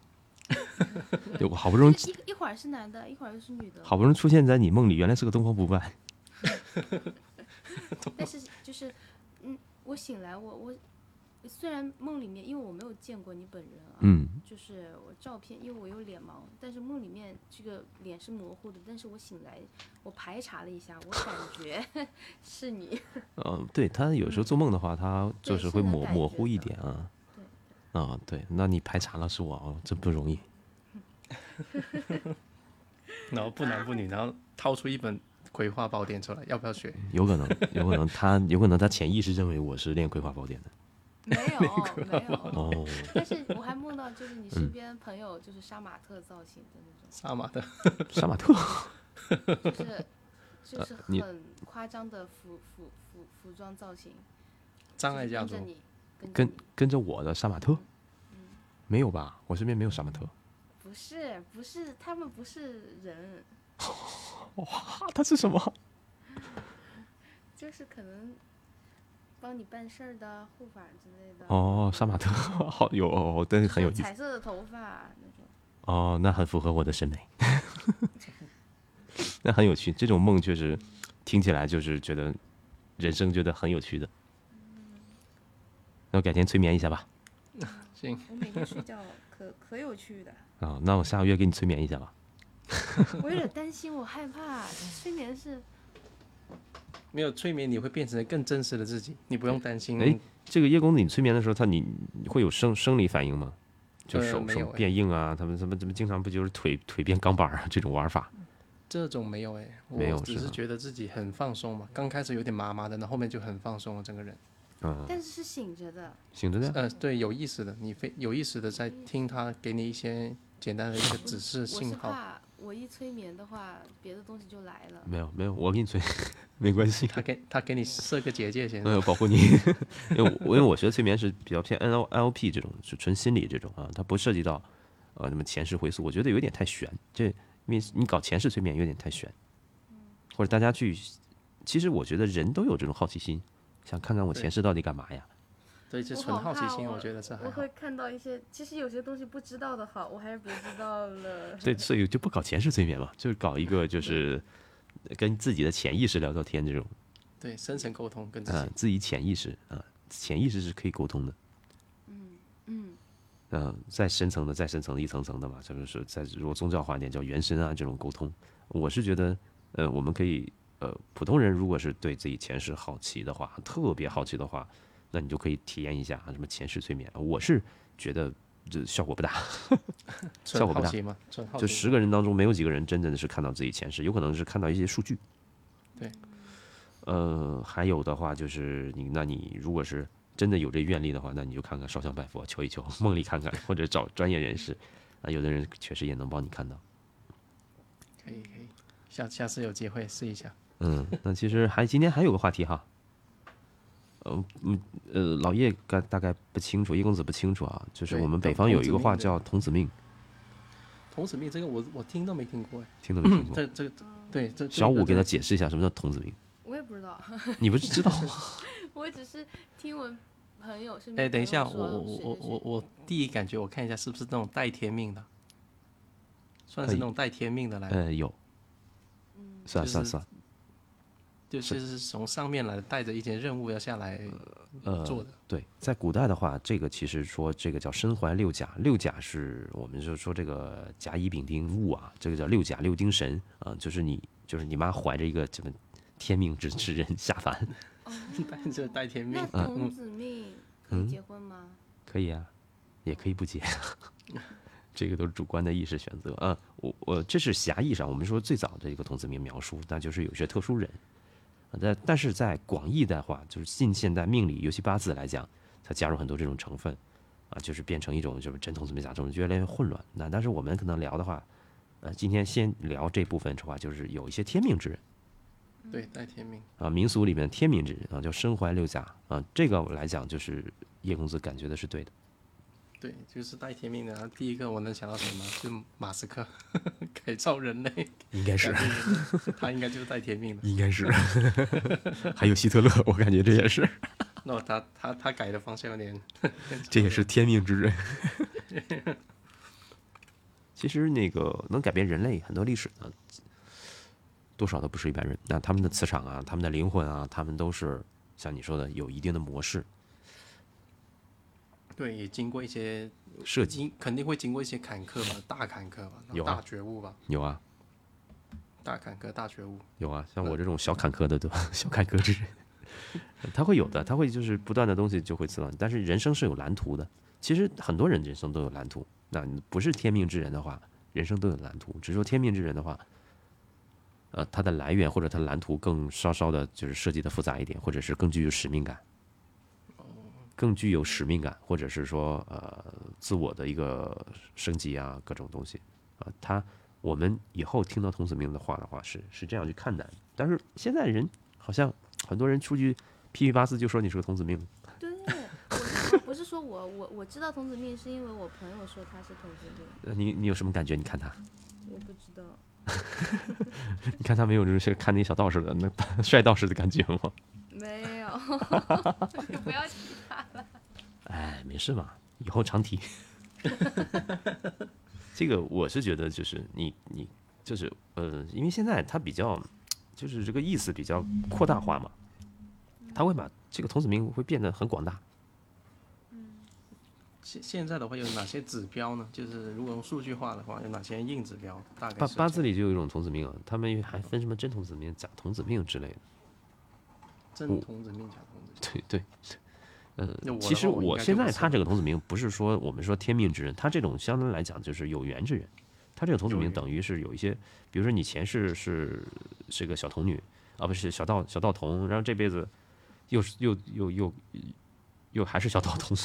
S2: 对，我好不容易
S3: 就 一一会儿是男的，一会儿又是女的，
S2: 嗯好不容易出现在你梦里，原来是个东方不败。
S3: 但是就是，嗯，我醒来，我我虽然梦里面，因为我没有见过你本人啊，
S2: 嗯，
S3: 就是我照片，因为我有脸盲，但是梦里面这个脸是模糊的，但是我醒来，我排查了一下，我感觉 是你，
S2: 呃，对他有时候做梦的话，他就
S3: 嗯对
S2: 是
S3: 是
S2: 会
S3: 能
S2: 模
S3: 感
S2: 模
S3: 觉
S2: 糊一
S3: 的
S2: 点啊。啊，对，那你排查了是我哦，真不容易。
S1: 然后不男不女，然后掏出一本《葵花宝典》出来，要不要学？
S2: 有可能，有可能他有可能他潜意识认为我是练《葵花宝典》的。
S3: 没有没有，
S2: 哦，
S3: 但是我还梦到就是你身边朋友就是杀马特造型的那
S1: 杀马特，
S2: 杀马特，
S3: 种，就是就是
S2: 啊你
S3: 很夸张的服服服服装造型，
S1: 障碍家
S3: 就是
S1: 族
S3: 跟着你，跟着
S2: 跟
S3: 你
S2: 跟着我的杀马特，
S3: 嗯
S2: 没有吧？我身边没有杀马特
S3: 不是不是，他们不是人，
S2: 啊，它是什么？
S3: 就是可能帮你办事儿的护法之类的。
S2: 哦，杀马特，好有哦，真是很有意思
S3: 彩色的头发那种。
S2: 哦，那很符合我的审美， 那很有趣。这种梦确实听起来就是觉得人生觉得很有趣的。那我改天催眠一下吧。
S1: 行，
S3: 我每天睡觉可可有趣的，
S2: 啊、那我下个月给你催眠一下吧。
S3: 我有点担心，我 害怕催眠是
S1: 没有催眠你会变成更真实的自己，你不用担心。
S2: 哎这个叶公子，你催眠的时候，他你你会有生生理反应吗？就
S1: 呃
S2: 手
S1: 没
S2: 手
S1: 有哎
S2: 变硬啊，他们他们他们经常不就是腿腿变钢板儿啊这种玩法？
S1: 这种没有哎、
S2: 没有
S1: 我只
S2: 是
S1: 是
S2: 吧
S1: 觉得自己很放松嘛，刚开始有点麻麻的，然后后面就很放松了，整个人。
S2: 嗯，
S3: 但是是醒着的，
S2: 醒着的。
S1: 呃，对，有意识的，你非有意识的在听他给你一些简单的一个指示
S3: 我是
S1: 信号。
S3: 怕我一催眠的话，别的东西就来了。
S2: 没有没有，我给你催， 没关系。
S1: 他给他给你设个结界先，
S2: 嗯，保护你，因为我因为我学的催眠是比较偏 N L L P 这种，是纯心理这种啊，它不涉及到呃什么前世回溯，我觉得有点太悬，这因为你搞前世催眠有点太悬，或者大家去，其实我觉得人都有这种好奇心，想看看我
S1: 对
S2: 前世到底干嘛呀？
S1: 对，就
S3: 我
S1: 纯
S3: 好
S1: 好奇
S3: 怕
S1: 心，
S3: 我
S1: 我觉得这还
S3: 我
S1: 好
S3: 会。看到一些，其实有些东西不知道的好，我还是别知道了。
S2: 对，所以就不搞前世催眠嘛，就是搞一个就是跟自己的潜意识聊聊天这种，
S1: 对，深层沟通跟自己。
S2: 啊，自己潜意识啊、潜意识是可以沟通的。
S3: 嗯，
S2: 嗯、再深层的，再深层的，一层层的嘛，这就是在如果宗教化一点叫原神啊这种沟通，我是觉得，呃，我们可以，呃，普通人如果是对自己前世好奇的话，特别好奇的话，那你就可以体验一下啊什么前世催眠，我是觉得这效果不大，效
S1: 纯
S2: 果不
S1: 好
S2: 大
S1: 奇嘛，纯好奇。
S2: 就十个人当中没有几个人真正的是看到自己前世，有可能是看到一些数据。
S1: 对。
S2: 呃，还有的话就是你，那你如果是真的有这愿力的话，那你就看看烧香拜佛，求一求，梦里看看，或者找专业人士。啊，有的人确实也能帮你看到。
S1: 可以可以，下下次有机会试一下。
S2: 嗯，那其实还今天还有个话题哈，呃嗯呃，老叶大大概不清楚，叶公子不清楚啊，就是
S1: 对
S2: 我们北
S1: 童
S2: 方
S1: 童
S2: 有一
S1: 子
S2: 个
S1: 命
S2: 话
S1: 对
S2: 叫童子命，
S1: 童子命这个我我听都没听过哎，
S2: 听都没 听过。
S1: 这这个对这
S2: 嗯小五给
S1: 他
S2: 他解释一下什么叫童子命，
S3: 我也不知道，
S2: 你不是知道吗？
S3: 我只是听闻朋友身边。
S1: 哎，等一下，我我我我我第一感觉我看一下是不是那种带天命的，算是
S2: 哎
S1: 那种带天命的来的，
S2: 呃，有，算
S1: 就
S2: 算
S1: 是
S2: 算，
S1: 就是是从上面来的带着一些任务要下来
S2: 呃
S1: 做的。
S2: 对，在古代的话，这个其实说这个叫身怀六甲，六甲是我们就说这个甲乙丙丁戊啊，这个叫六甲六丁神啊、就是你就是你妈怀着一个什么天命之之人下凡，
S1: 带着带天命
S3: 那，
S1: 嗯
S3: 童子命可以结婚吗？
S2: 可以啊，也可以不结， 这个都是主观的意识选择啊。我我这是狭义上，我们说最早的一个童子命描述，那就是有些特殊人。啊但但是在广义的话，就是近现代命理，尤其八字来讲，它加入很多这种成分，啊，就是变成一种就是真童子命假童子命，越来越混乱。那但是我们可能聊的话，呃，今天先聊这部分的话，就是有一些天命之人。
S1: 对，带天命。
S2: 啊，民俗里面天命之人啊，叫身怀六甲啊，这个来讲就是叶公子感觉的是对的。
S1: 对，就是带天命的。然后第一个我能想到什么？就马斯克 改造人类，
S2: 应该
S1: 改变人类他应该就是带天命的。
S2: 应该是， 还有希特勒， 我感觉这也是，
S1: 那他他他改的方向有点，
S2: 这也是天命之人。 其实那个能改变人类很多历史呢，多少都不是一般人。那他们的磁场啊，他们的灵魂啊，他们都是像你说的有一定的模式
S1: 对，也经过一些
S2: 设计。
S1: 经肯定会经过一些坎坷吧，大坎坷吧，
S2: 有啊
S1: 大觉悟吧，
S2: 有啊
S1: 大坎坷大觉悟。
S2: 有啊，像我这种小坎坷的，对吧？ 小坎坷之人，他会有的，他会就是不断的东西就会刺到你。但是人生是有蓝图的，其实很多人人生都有蓝图。那你不是天命之人的话，人生都有蓝图。只是说天命之人的话，呃，他的来源或者他蓝图更稍稍的就是设计的复杂一点，或者是更具有使命感，更具有使命感，或者是说呃自我的一个升级啊，各种东西啊、他我们以后听到童子命的话的话是是这样去看待的。但是现在人好像很多人出去批评八字就说你是个童子命，
S3: 对，我是我不是说我我我知道童子命是因为我朋友说他是童子命，
S2: 呃你你有什么感觉？你看他，
S3: 我不知道，
S2: 你看他没有就是像看那小道士的那 帅道士的感觉吗？
S3: 没有，你 不要提他了。
S2: 哎，没事嘛，以后常提。 这个我是觉得，就是你你就是呃，因为现在它比较就是这个意思比较扩大化嘛，它会把这个童子命会变得很广大。
S1: 现现在的话有哪些指标呢？就是如果用数据化的话，有哪些硬指标？大概
S2: 八
S1: 是
S2: 八
S1: 这
S2: 字里就有一种童子命啊，他们还分什么真童子命、假童子命之类的。
S1: 样正童子命、假童子
S2: 对对，
S1: 命。
S2: 呃其实我现在他这
S1: 个
S2: 个童子命不是说我们说天命之人，他这种相对来讲就是有缘之人。他这个童子
S1: 有
S2: 命
S1: 缘
S2: 等于是有一些，比如说你前世是是个小童女啊，不是小道小道童，然后这辈子又是又又又又还是小道童，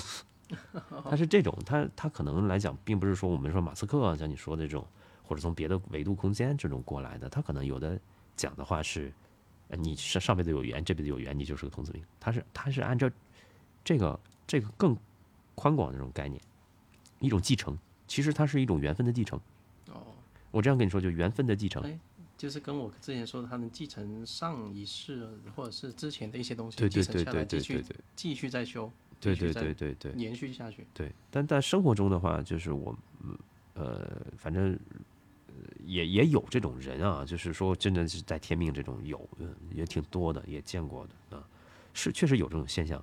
S2: 他是这种，他他可能来讲，并不是说我们说马斯克啊像你说的这种，或者从别的维度空间这种过来的，他可能有的讲的话是，呃你上上辈子有缘，这辈子有缘，你就是个童子命，他是他是按照这个这个更宽广的这种概念，一种继承，其实它是一种缘分的继承。
S1: 哦，
S2: 我这样跟你说，就缘分的继承。
S1: 哎就是跟我之前说的，他能继承上一世或者是之前的一些东西，
S2: 对
S1: 继
S2: 对
S1: 承
S2: 对
S1: 下来
S2: 对
S1: 继
S2: 对
S1: 续
S2: 对
S1: 继续再修，
S2: 对
S1: 继续
S2: 对
S1: 再嗯
S2: 对对对
S1: 延续下去。
S2: 对。但在生活中的话，就是我呃，反正呃也也有这种人啊，就是说真的是在天命这种有，嗯也挺多的，也见过的啊，是确实有这种现象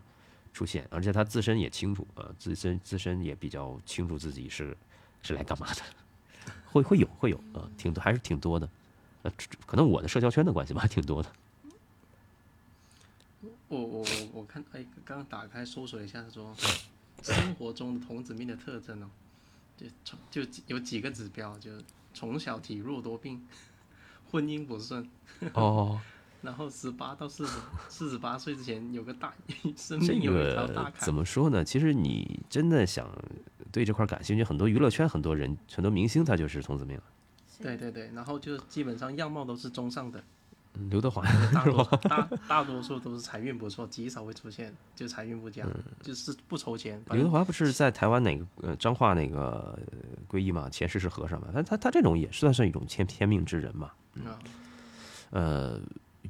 S2: 出现，而且他自身也清楚啊，自身自身也比较清楚自己是是来干嘛的，会会有会有啊，挺多还是挺多的，呃，这这可能我的社交圈的关系吧，挺多的。
S1: 我我我我看哎，刚刚打开搜索了一下，说生活中的童子命的特征哦，就从就几有几个指标，就是从小体弱多病，婚姻不顺，
S2: 哦，
S1: 然后十八到四十四十八岁之前有个大 生
S2: 这
S1: 命有一条
S2: 个
S1: 大坎
S2: 嗯呃怎，么说呢？其实你真的想对这块儿感兴趣，很多娱乐圈很多人很多明星他就是童子命，
S1: 对对对，然后就基本上样貌都是中 上等，
S2: 嗯刘德华
S1: 大多大大多数都是财运不错，极少会出现就财运不佳，就是不筹钱，反
S2: 嗯刘德
S1: 正
S2: 华不是在台湾哪个呃彰化那个呃皈依嘛，前世是和尚嘛，他他他这种也算是一种天天命之人嘛。嗯
S1: 啊
S2: 呃，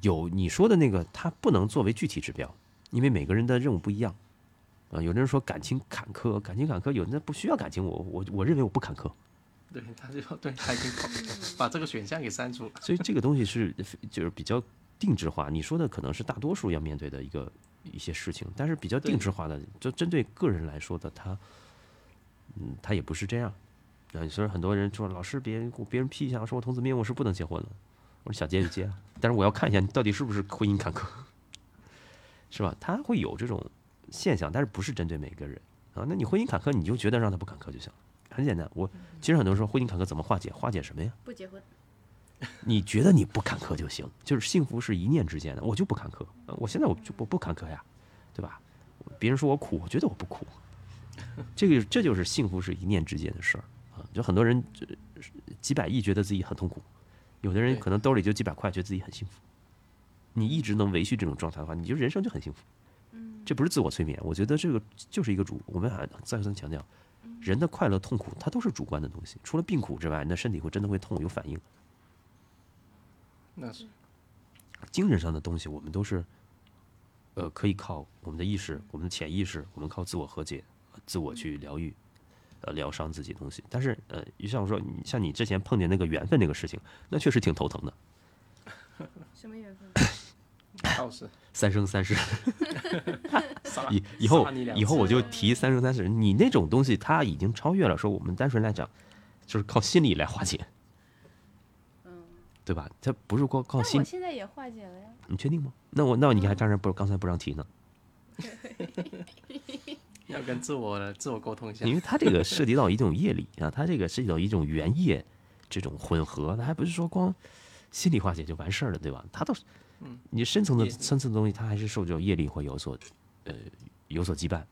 S2: 有你说的那个，他不能作为具体指标，因为每个人的任务不一样。啊、有的人说感情坎坷，感情坎坷，有的人不需要感情，我我我认为我不坎坷，
S1: 对他就对他已经跑把 这个选项给删除了，
S2: 所以这个东西是就是比较定制化。你说的可能是大多数要面对的一个一些事情，但是比较定制化的，就针对个人来说的，他，嗯，他也不是这样。啊，所以很多人说老师别别人批一下，说我童子命，我是不能结婚了。我说想结就结啊，但是我要看一下你到底是不是婚姻坎坷， 是吧？他会有这种现象，但是不是针对每个人啊？那你婚姻坎坷，你就觉得让他不坎坷就行了，很简单。我其实很多人说婚姻坎坷怎么化解？化解什么呀？
S3: 不结婚，
S2: 你觉得你不坎坷就行，就是幸福是一念之间的。我就不坎坷，呃我现在我就我不坎坷呀，对吧？别人说我苦，我觉得我不苦，这个这就是幸福是一念之间的事儿啊。就很多人呃几百亿觉得自己很痛苦，有的人
S1: 对
S2: 可能兜里就几百块，觉得自己很幸福。你一直能维续这种状态的话，你就人生就很幸福。这不是自我催眠，我觉得这个就是一个主，我们还再三强调，人的快乐、痛苦，它都是主观的东西。除了病苦之外，你的身体会真的会痛，有反应。
S1: 那是
S2: 精神上的东西，我们都是，呃，可以靠我们的意识、我们的潜意识，我们靠自我和解、呃自我去疗愈、呃，疗伤自己的东西。但是，呃，就像我说，你像你之前碰见那个缘分那个事情，那确实挺头疼的，
S3: 什么
S1: 哦
S3: 缘分？
S1: 倒是
S2: 三生三世。
S1: 杀了
S2: 以以后
S1: 杀你两
S2: 以后
S1: 次
S2: 我就提三生三世，你那种东西它已经超越了，说我们单纯来讲，就是靠心理来化解，
S3: 嗯，
S2: 对吧？它不是光靠
S3: 但
S2: 心
S3: 我，现在也化解了呀。
S2: 你确定吗？那我嗯那你还刚才不刚才不让提呢？
S1: 要跟自我的自我沟通一下
S2: 因。为它这个涉及到一种业力啊，它这个涉及到一种原业这种混合，它还不是说光心理化解就完事儿了，对吧？它都是，你深层
S1: 嗯
S2: 的
S1: 业力
S2: 深层的东西，它还是受这种业力会有所呃有所羁绊，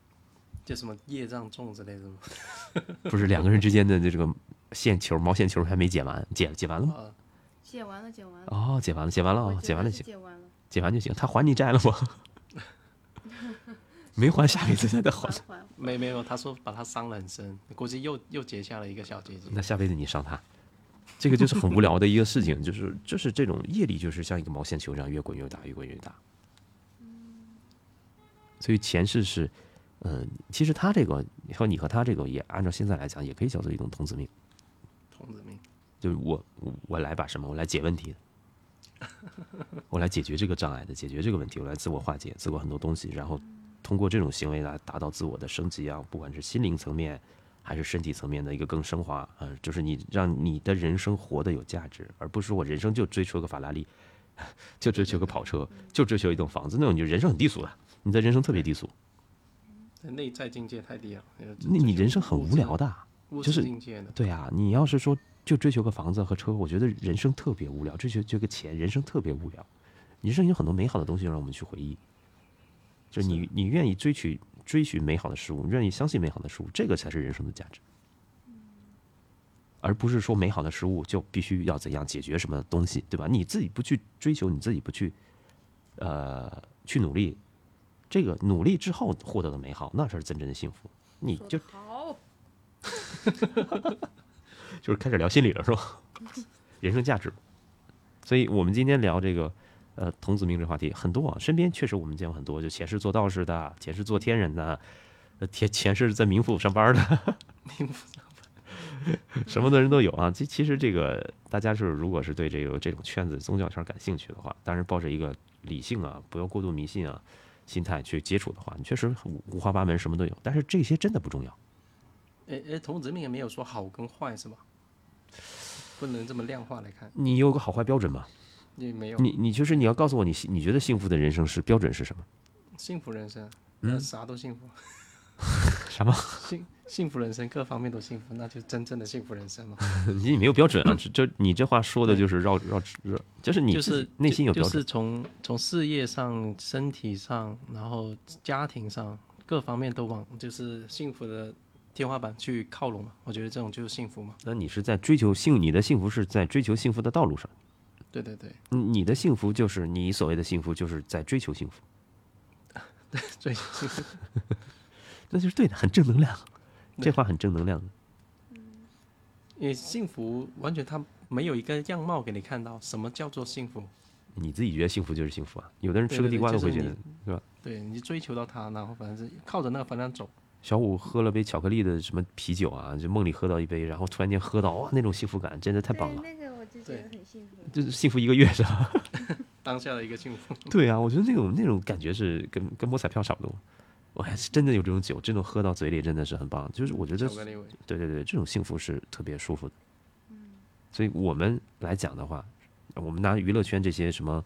S1: 就什么业障重之类的吗？
S2: 不是两个人之间的这个线球毛线球还没解完，解解完了吗？
S1: 啊，
S3: 解完了，解完了。
S2: 哦，解完了，解完了
S3: 我
S2: 哦，
S3: 觉
S2: 解
S3: 得
S2: 完了
S3: 是
S2: 解
S3: 解完了，
S2: 解完就行。他还你债了吗？ 没还，下辈子再再还
S3: 还。还。
S1: 没没有，他说把他伤得很深，估计又又结下了一个小结
S2: 那下辈子你伤他，这个就是很无聊的一个事情，就是就是这种业力，就是像一个毛线球这样越滚越大，越滚越大。所以前世是，嗯，其实他这个和你和他这个也按照现在来讲，也可以叫做一种童子命，
S1: 童子命。
S2: 就是我我我来把什么，我来解问题的，我来解决这个障碍的，解决这个问题，我来自我化解，自我很多东西，然后通过这种行为来达到自我的升级啊，不管是心灵层面还是身体层面的一个更升华，呃，就是你让你的人生活得有价值，而不是说我人生就追求个法拉利， 就追求个跑车，就追求一栋房子，那种你就人生很低俗的，你的人生特别低俗，
S1: 内在境界太低了，
S2: 那你人生很无聊
S1: 的，
S2: 的。啊
S1: 物
S2: 就是
S1: 质境界的，
S2: 对啊，你要是说就追求个房子和车，我觉得人生特别无聊，追求这个钱，人生特别无聊。人生有很多美好的东西让我们去回忆，就是你你愿意追取追寻美好的事物，愿意相信美好的事物，这个才是人生的价值，而不是说美好的事物就必须要怎样解决什么东西，对吧？你自己不去追求，你自己不去呃去努力，这个努力之后获得的美好，那才是真正的幸福。你
S3: 说
S2: 就
S3: 得好，
S2: 就是开始聊心理了，是吧？人生价值。所以我们今天聊这个呃童子命这话题很多啊，身边确实我们见过很多，就前世做道士的，啊前世做天人的，呃前前世在冥府上班的， 什么的人都有啊。其其实这个大家是如果是对这个这种圈子宗教圈感兴趣的话，当然抱着一个理性啊，不要过度迷信啊心态去接触的话，你确实五五花八门，什么都有。但是这些真的不重要。
S1: 哎哎，童子命也没有说好跟坏是吧？不能这么量化来看，
S2: 你有个好坏标准吗？
S1: 也没有
S2: 你你就是你要告诉我你幸你觉得幸福的人生是标准是什么？
S1: 幸福人生，那啥都幸福，
S2: 嗯什么？
S1: 幸幸福人生各方面都幸福，那就真正的幸福人生嘛。
S2: 你没有标准啊？这这你这话说的就是绕绕绕，就是你
S1: 就
S2: 自己
S1: 是
S2: 内心有
S1: 就
S2: 标
S1: 就
S2: 准。
S1: 是从从事业上、身体上，然后家庭上各方面都往就是幸福的天花板去靠拢嘛。我觉得这种就是幸福嘛。
S2: 那你是在追求幸，你的幸福是在追求幸福的道路上。
S1: 对对 对，
S2: 嗯你的幸福就是你所谓的幸福，就是在追求幸福，
S1: 最幸福。
S2: 那就是对的，很正 能量。这话很正能量的。
S1: 因为幸福完全它没有一个样貌给你看到，什么叫做幸福？
S2: 你自己觉得幸福就是幸福啊，有的人吃
S1: 对
S2: 个
S1: 对
S2: 地
S1: 对
S2: 瓜都
S1: 就是
S2: 会觉
S1: 你
S2: 得。
S1: 对你追求到它，然后反正是靠着那个方向走。
S2: 小五喝了杯巧克力的什么啤酒啊，就梦里喝到一杯，然后突然间喝到，哇，那种幸福感真的太棒
S3: 对
S2: 了，
S3: 那个我就觉
S1: 对
S3: 得很幸福。
S2: 就是幸福一个月是吧？
S1: 当下的一个幸福，
S2: 对啊，我觉得那种那种感觉是跟跟摸彩票差不多。我还是真的有这种酒，真的喝到嘴里真的是很棒。就是我觉得
S1: 巧，克力味。
S2: 对对对，这种幸福是特别舒服的。所以我们来讲的话，我们拿娱乐圈这些什么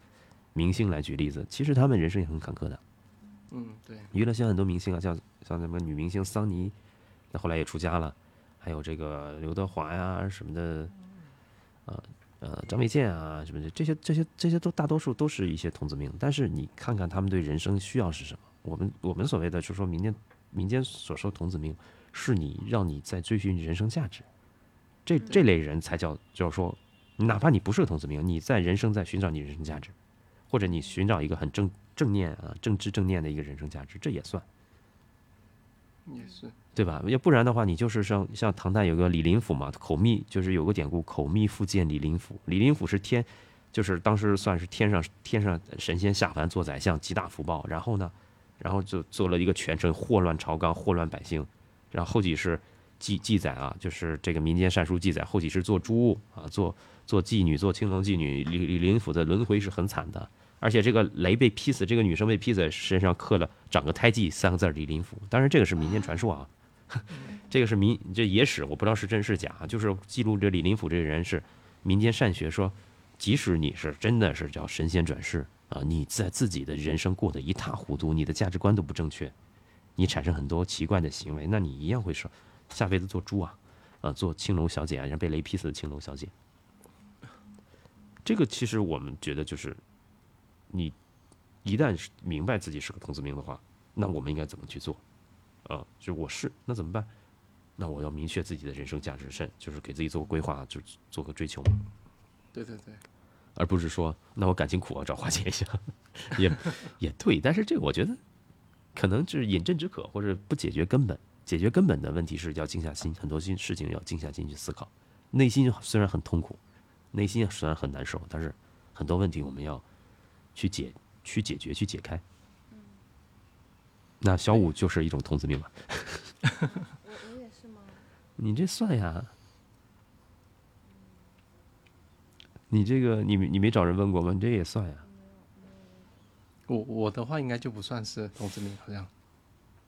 S2: 明星来举例子，其实他们人生也很坎坷的。
S1: 嗯，对，
S2: 娱乐圈很多明星啊，像像什么女明星桑尼，那后来也出家了，还有这个刘德华呀什么的，呃呃张卫健啊什么的，这些这些这些都大多数都是一些童子命。但是你看看他们对人生需要是什么？我们我们所谓的就是说民间民间所说童子命，是你让你在追寻人生价值，这这类人才叫就是说，哪怕你不是个童子命，你在人生在寻找你人生价值，或者你寻找一个很正正念啊正知正念的一个人生价值，这也算。
S1: 也是。
S2: 对吧？要不然的话，你就是像像唐代有个李林甫嘛，口蜜就是有个典故，口蜜腹剑李林甫。李林甫是天，就是当时算是天上天上神仙下凡做宰相，极大福报。然后呢，然后就做了一个权臣，祸乱朝纲，祸乱百姓。然后后几世记记载啊，就是这个民间善书记载，后几世做猪啊，做做妓女，做青楼妓女。李李林甫的轮回是很惨的。而且这个雷被劈死，这个女生被劈死，身上刻了“长个胎记”三个字儿李林甫。当然，这个是民间传说啊，这个是民这野史，我不知道是真是假，啊就是记录这李林甫这个人是民间善学说，即使你是真的是叫神仙转世啊，你在自己的人生过得一塌糊涂，你的价值观都不正确，你产生很多奇怪的行为，那你一样会说下辈子做猪啊，啊做青楼小姐啊，人家被雷劈死的青楼小姐。这个其实我们觉得就是，你一旦是明白自己是个童子命的话，那我们应该怎么去做？啊，就我是那怎么办？那我要明确自己的人生价值，是就是给自己做个规划，就做个追求嘛，
S1: 对对对，
S2: 而不是说那我感情苦，我啊找花姐一下， 也也对。但是这个我觉得可能就是饮鸩止渴，或者不解决根本。解决根本的问题是要静下心，很多心事情要静下心去思考。内心虽然很痛苦，内心虽然很难受，但是很多问题我们要去解、去解决、去解开。那小五就是一种童子命吧？
S3: 我我也是吗？
S2: 你这算呀？你这个你没你没找人问过吗？你这也算呀？
S1: 我我的话应该就不算是童子命，好像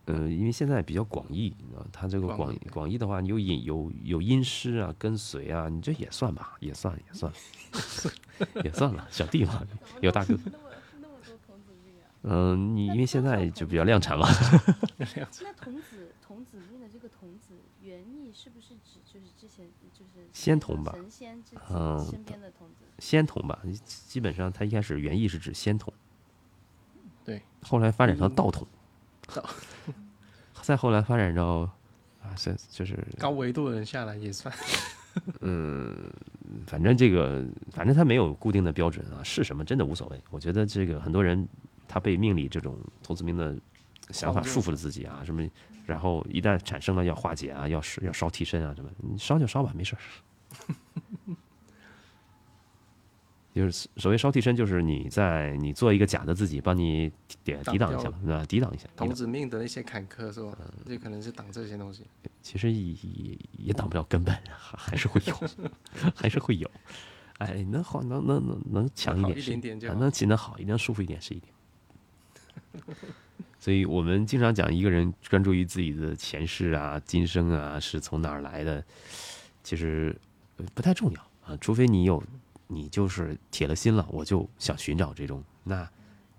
S2: 呃，因为现在比较广义，你知道，它这个
S1: 广
S2: 广
S1: 义
S2: 广义的话，你有隐有有阴湿啊，跟随啊，你这也算吧，也算 也算，也算了，小弟嘛，有大哥。
S3: 那么那么多童子 命啊？
S2: 嗯、你因为现在就比较量产嘛，
S3: 那童子童子命的这个童子原意是不是指就是之前就是
S2: 仙童吧
S3: 神仙之
S2: 嗯
S3: 前身边的童子？
S2: 仙童吧，基本上它一开始原意是指仙童，
S1: 对，嗯
S2: 后来发展成道童，
S1: 道
S2: 再后来发展到啊，这就是
S1: 高维度的人下来也算。
S2: 反正这个，反正他没有固定的标准啊，是什么真的无所谓。我觉得这个很多人他被命理这种童子命的想法束缚了自己啊，什么，然后一旦产生了要化解啊，要烧要烧替身啊什么，你烧就烧吧，没事儿。 就是所谓烧替身，就是你在你做一个假的自己，帮你抵抵挡一下嘛，啊，抵挡一下。抵
S1: 童
S2: 挡
S1: 子命的那些坎坷是吧？这可能是挡这些东西。
S2: 其实也也也挡不了根本，还还是会有， 还是会有。哎，能好能能能能强一
S1: 好
S2: 点
S1: 一
S2: 是
S1: 点点就
S2: 啊
S1: 好
S2: 能起能好一点，舒服一点是一点。所以我们经常讲，一个人专注于自己的前世啊、今生啊，是从哪儿来的，其实呃不太重要啊。除非你有，你就是铁了心了，我就想寻找这种那。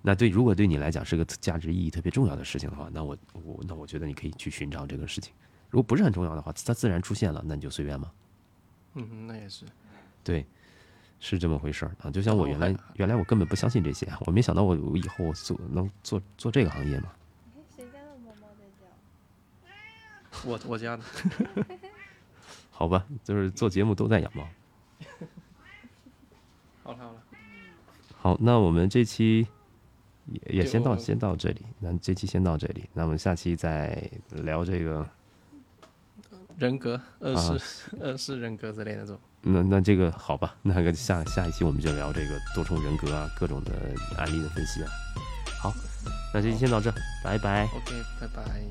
S2: 那对，如果对你来讲是个价值意义特别重要的事情的话，那我我那我觉得你可以去寻找这个事情。如果不是很重要的话，它自然出现了，那你就随便嘛。
S1: 嗯，那也是。
S2: 对，是这么回事儿啊。就像我
S1: 哦
S2: 原
S1: 还
S2: 来原来我根本不相信这些，啊我没想到我我以后做能做做这个行业嘛。
S3: 哎，谁家的猫猫在叫？
S1: 我我家的
S2: 好吧，就是做节目都在养猫。
S1: 好了好了，
S2: 好，那我们这期也也
S1: 对
S2: 先
S1: 我
S2: 到
S1: 们
S2: 先到这里，那这期先到这里，那我们下期再聊这个。
S1: 人格二世、二世人格之类的这种。
S2: 那那这个好吧，那个下下一期我们就聊这个多重人格啊，各种的案例的分析啊。好，那这期先到这儿，拜拜。
S1: OK，拜拜。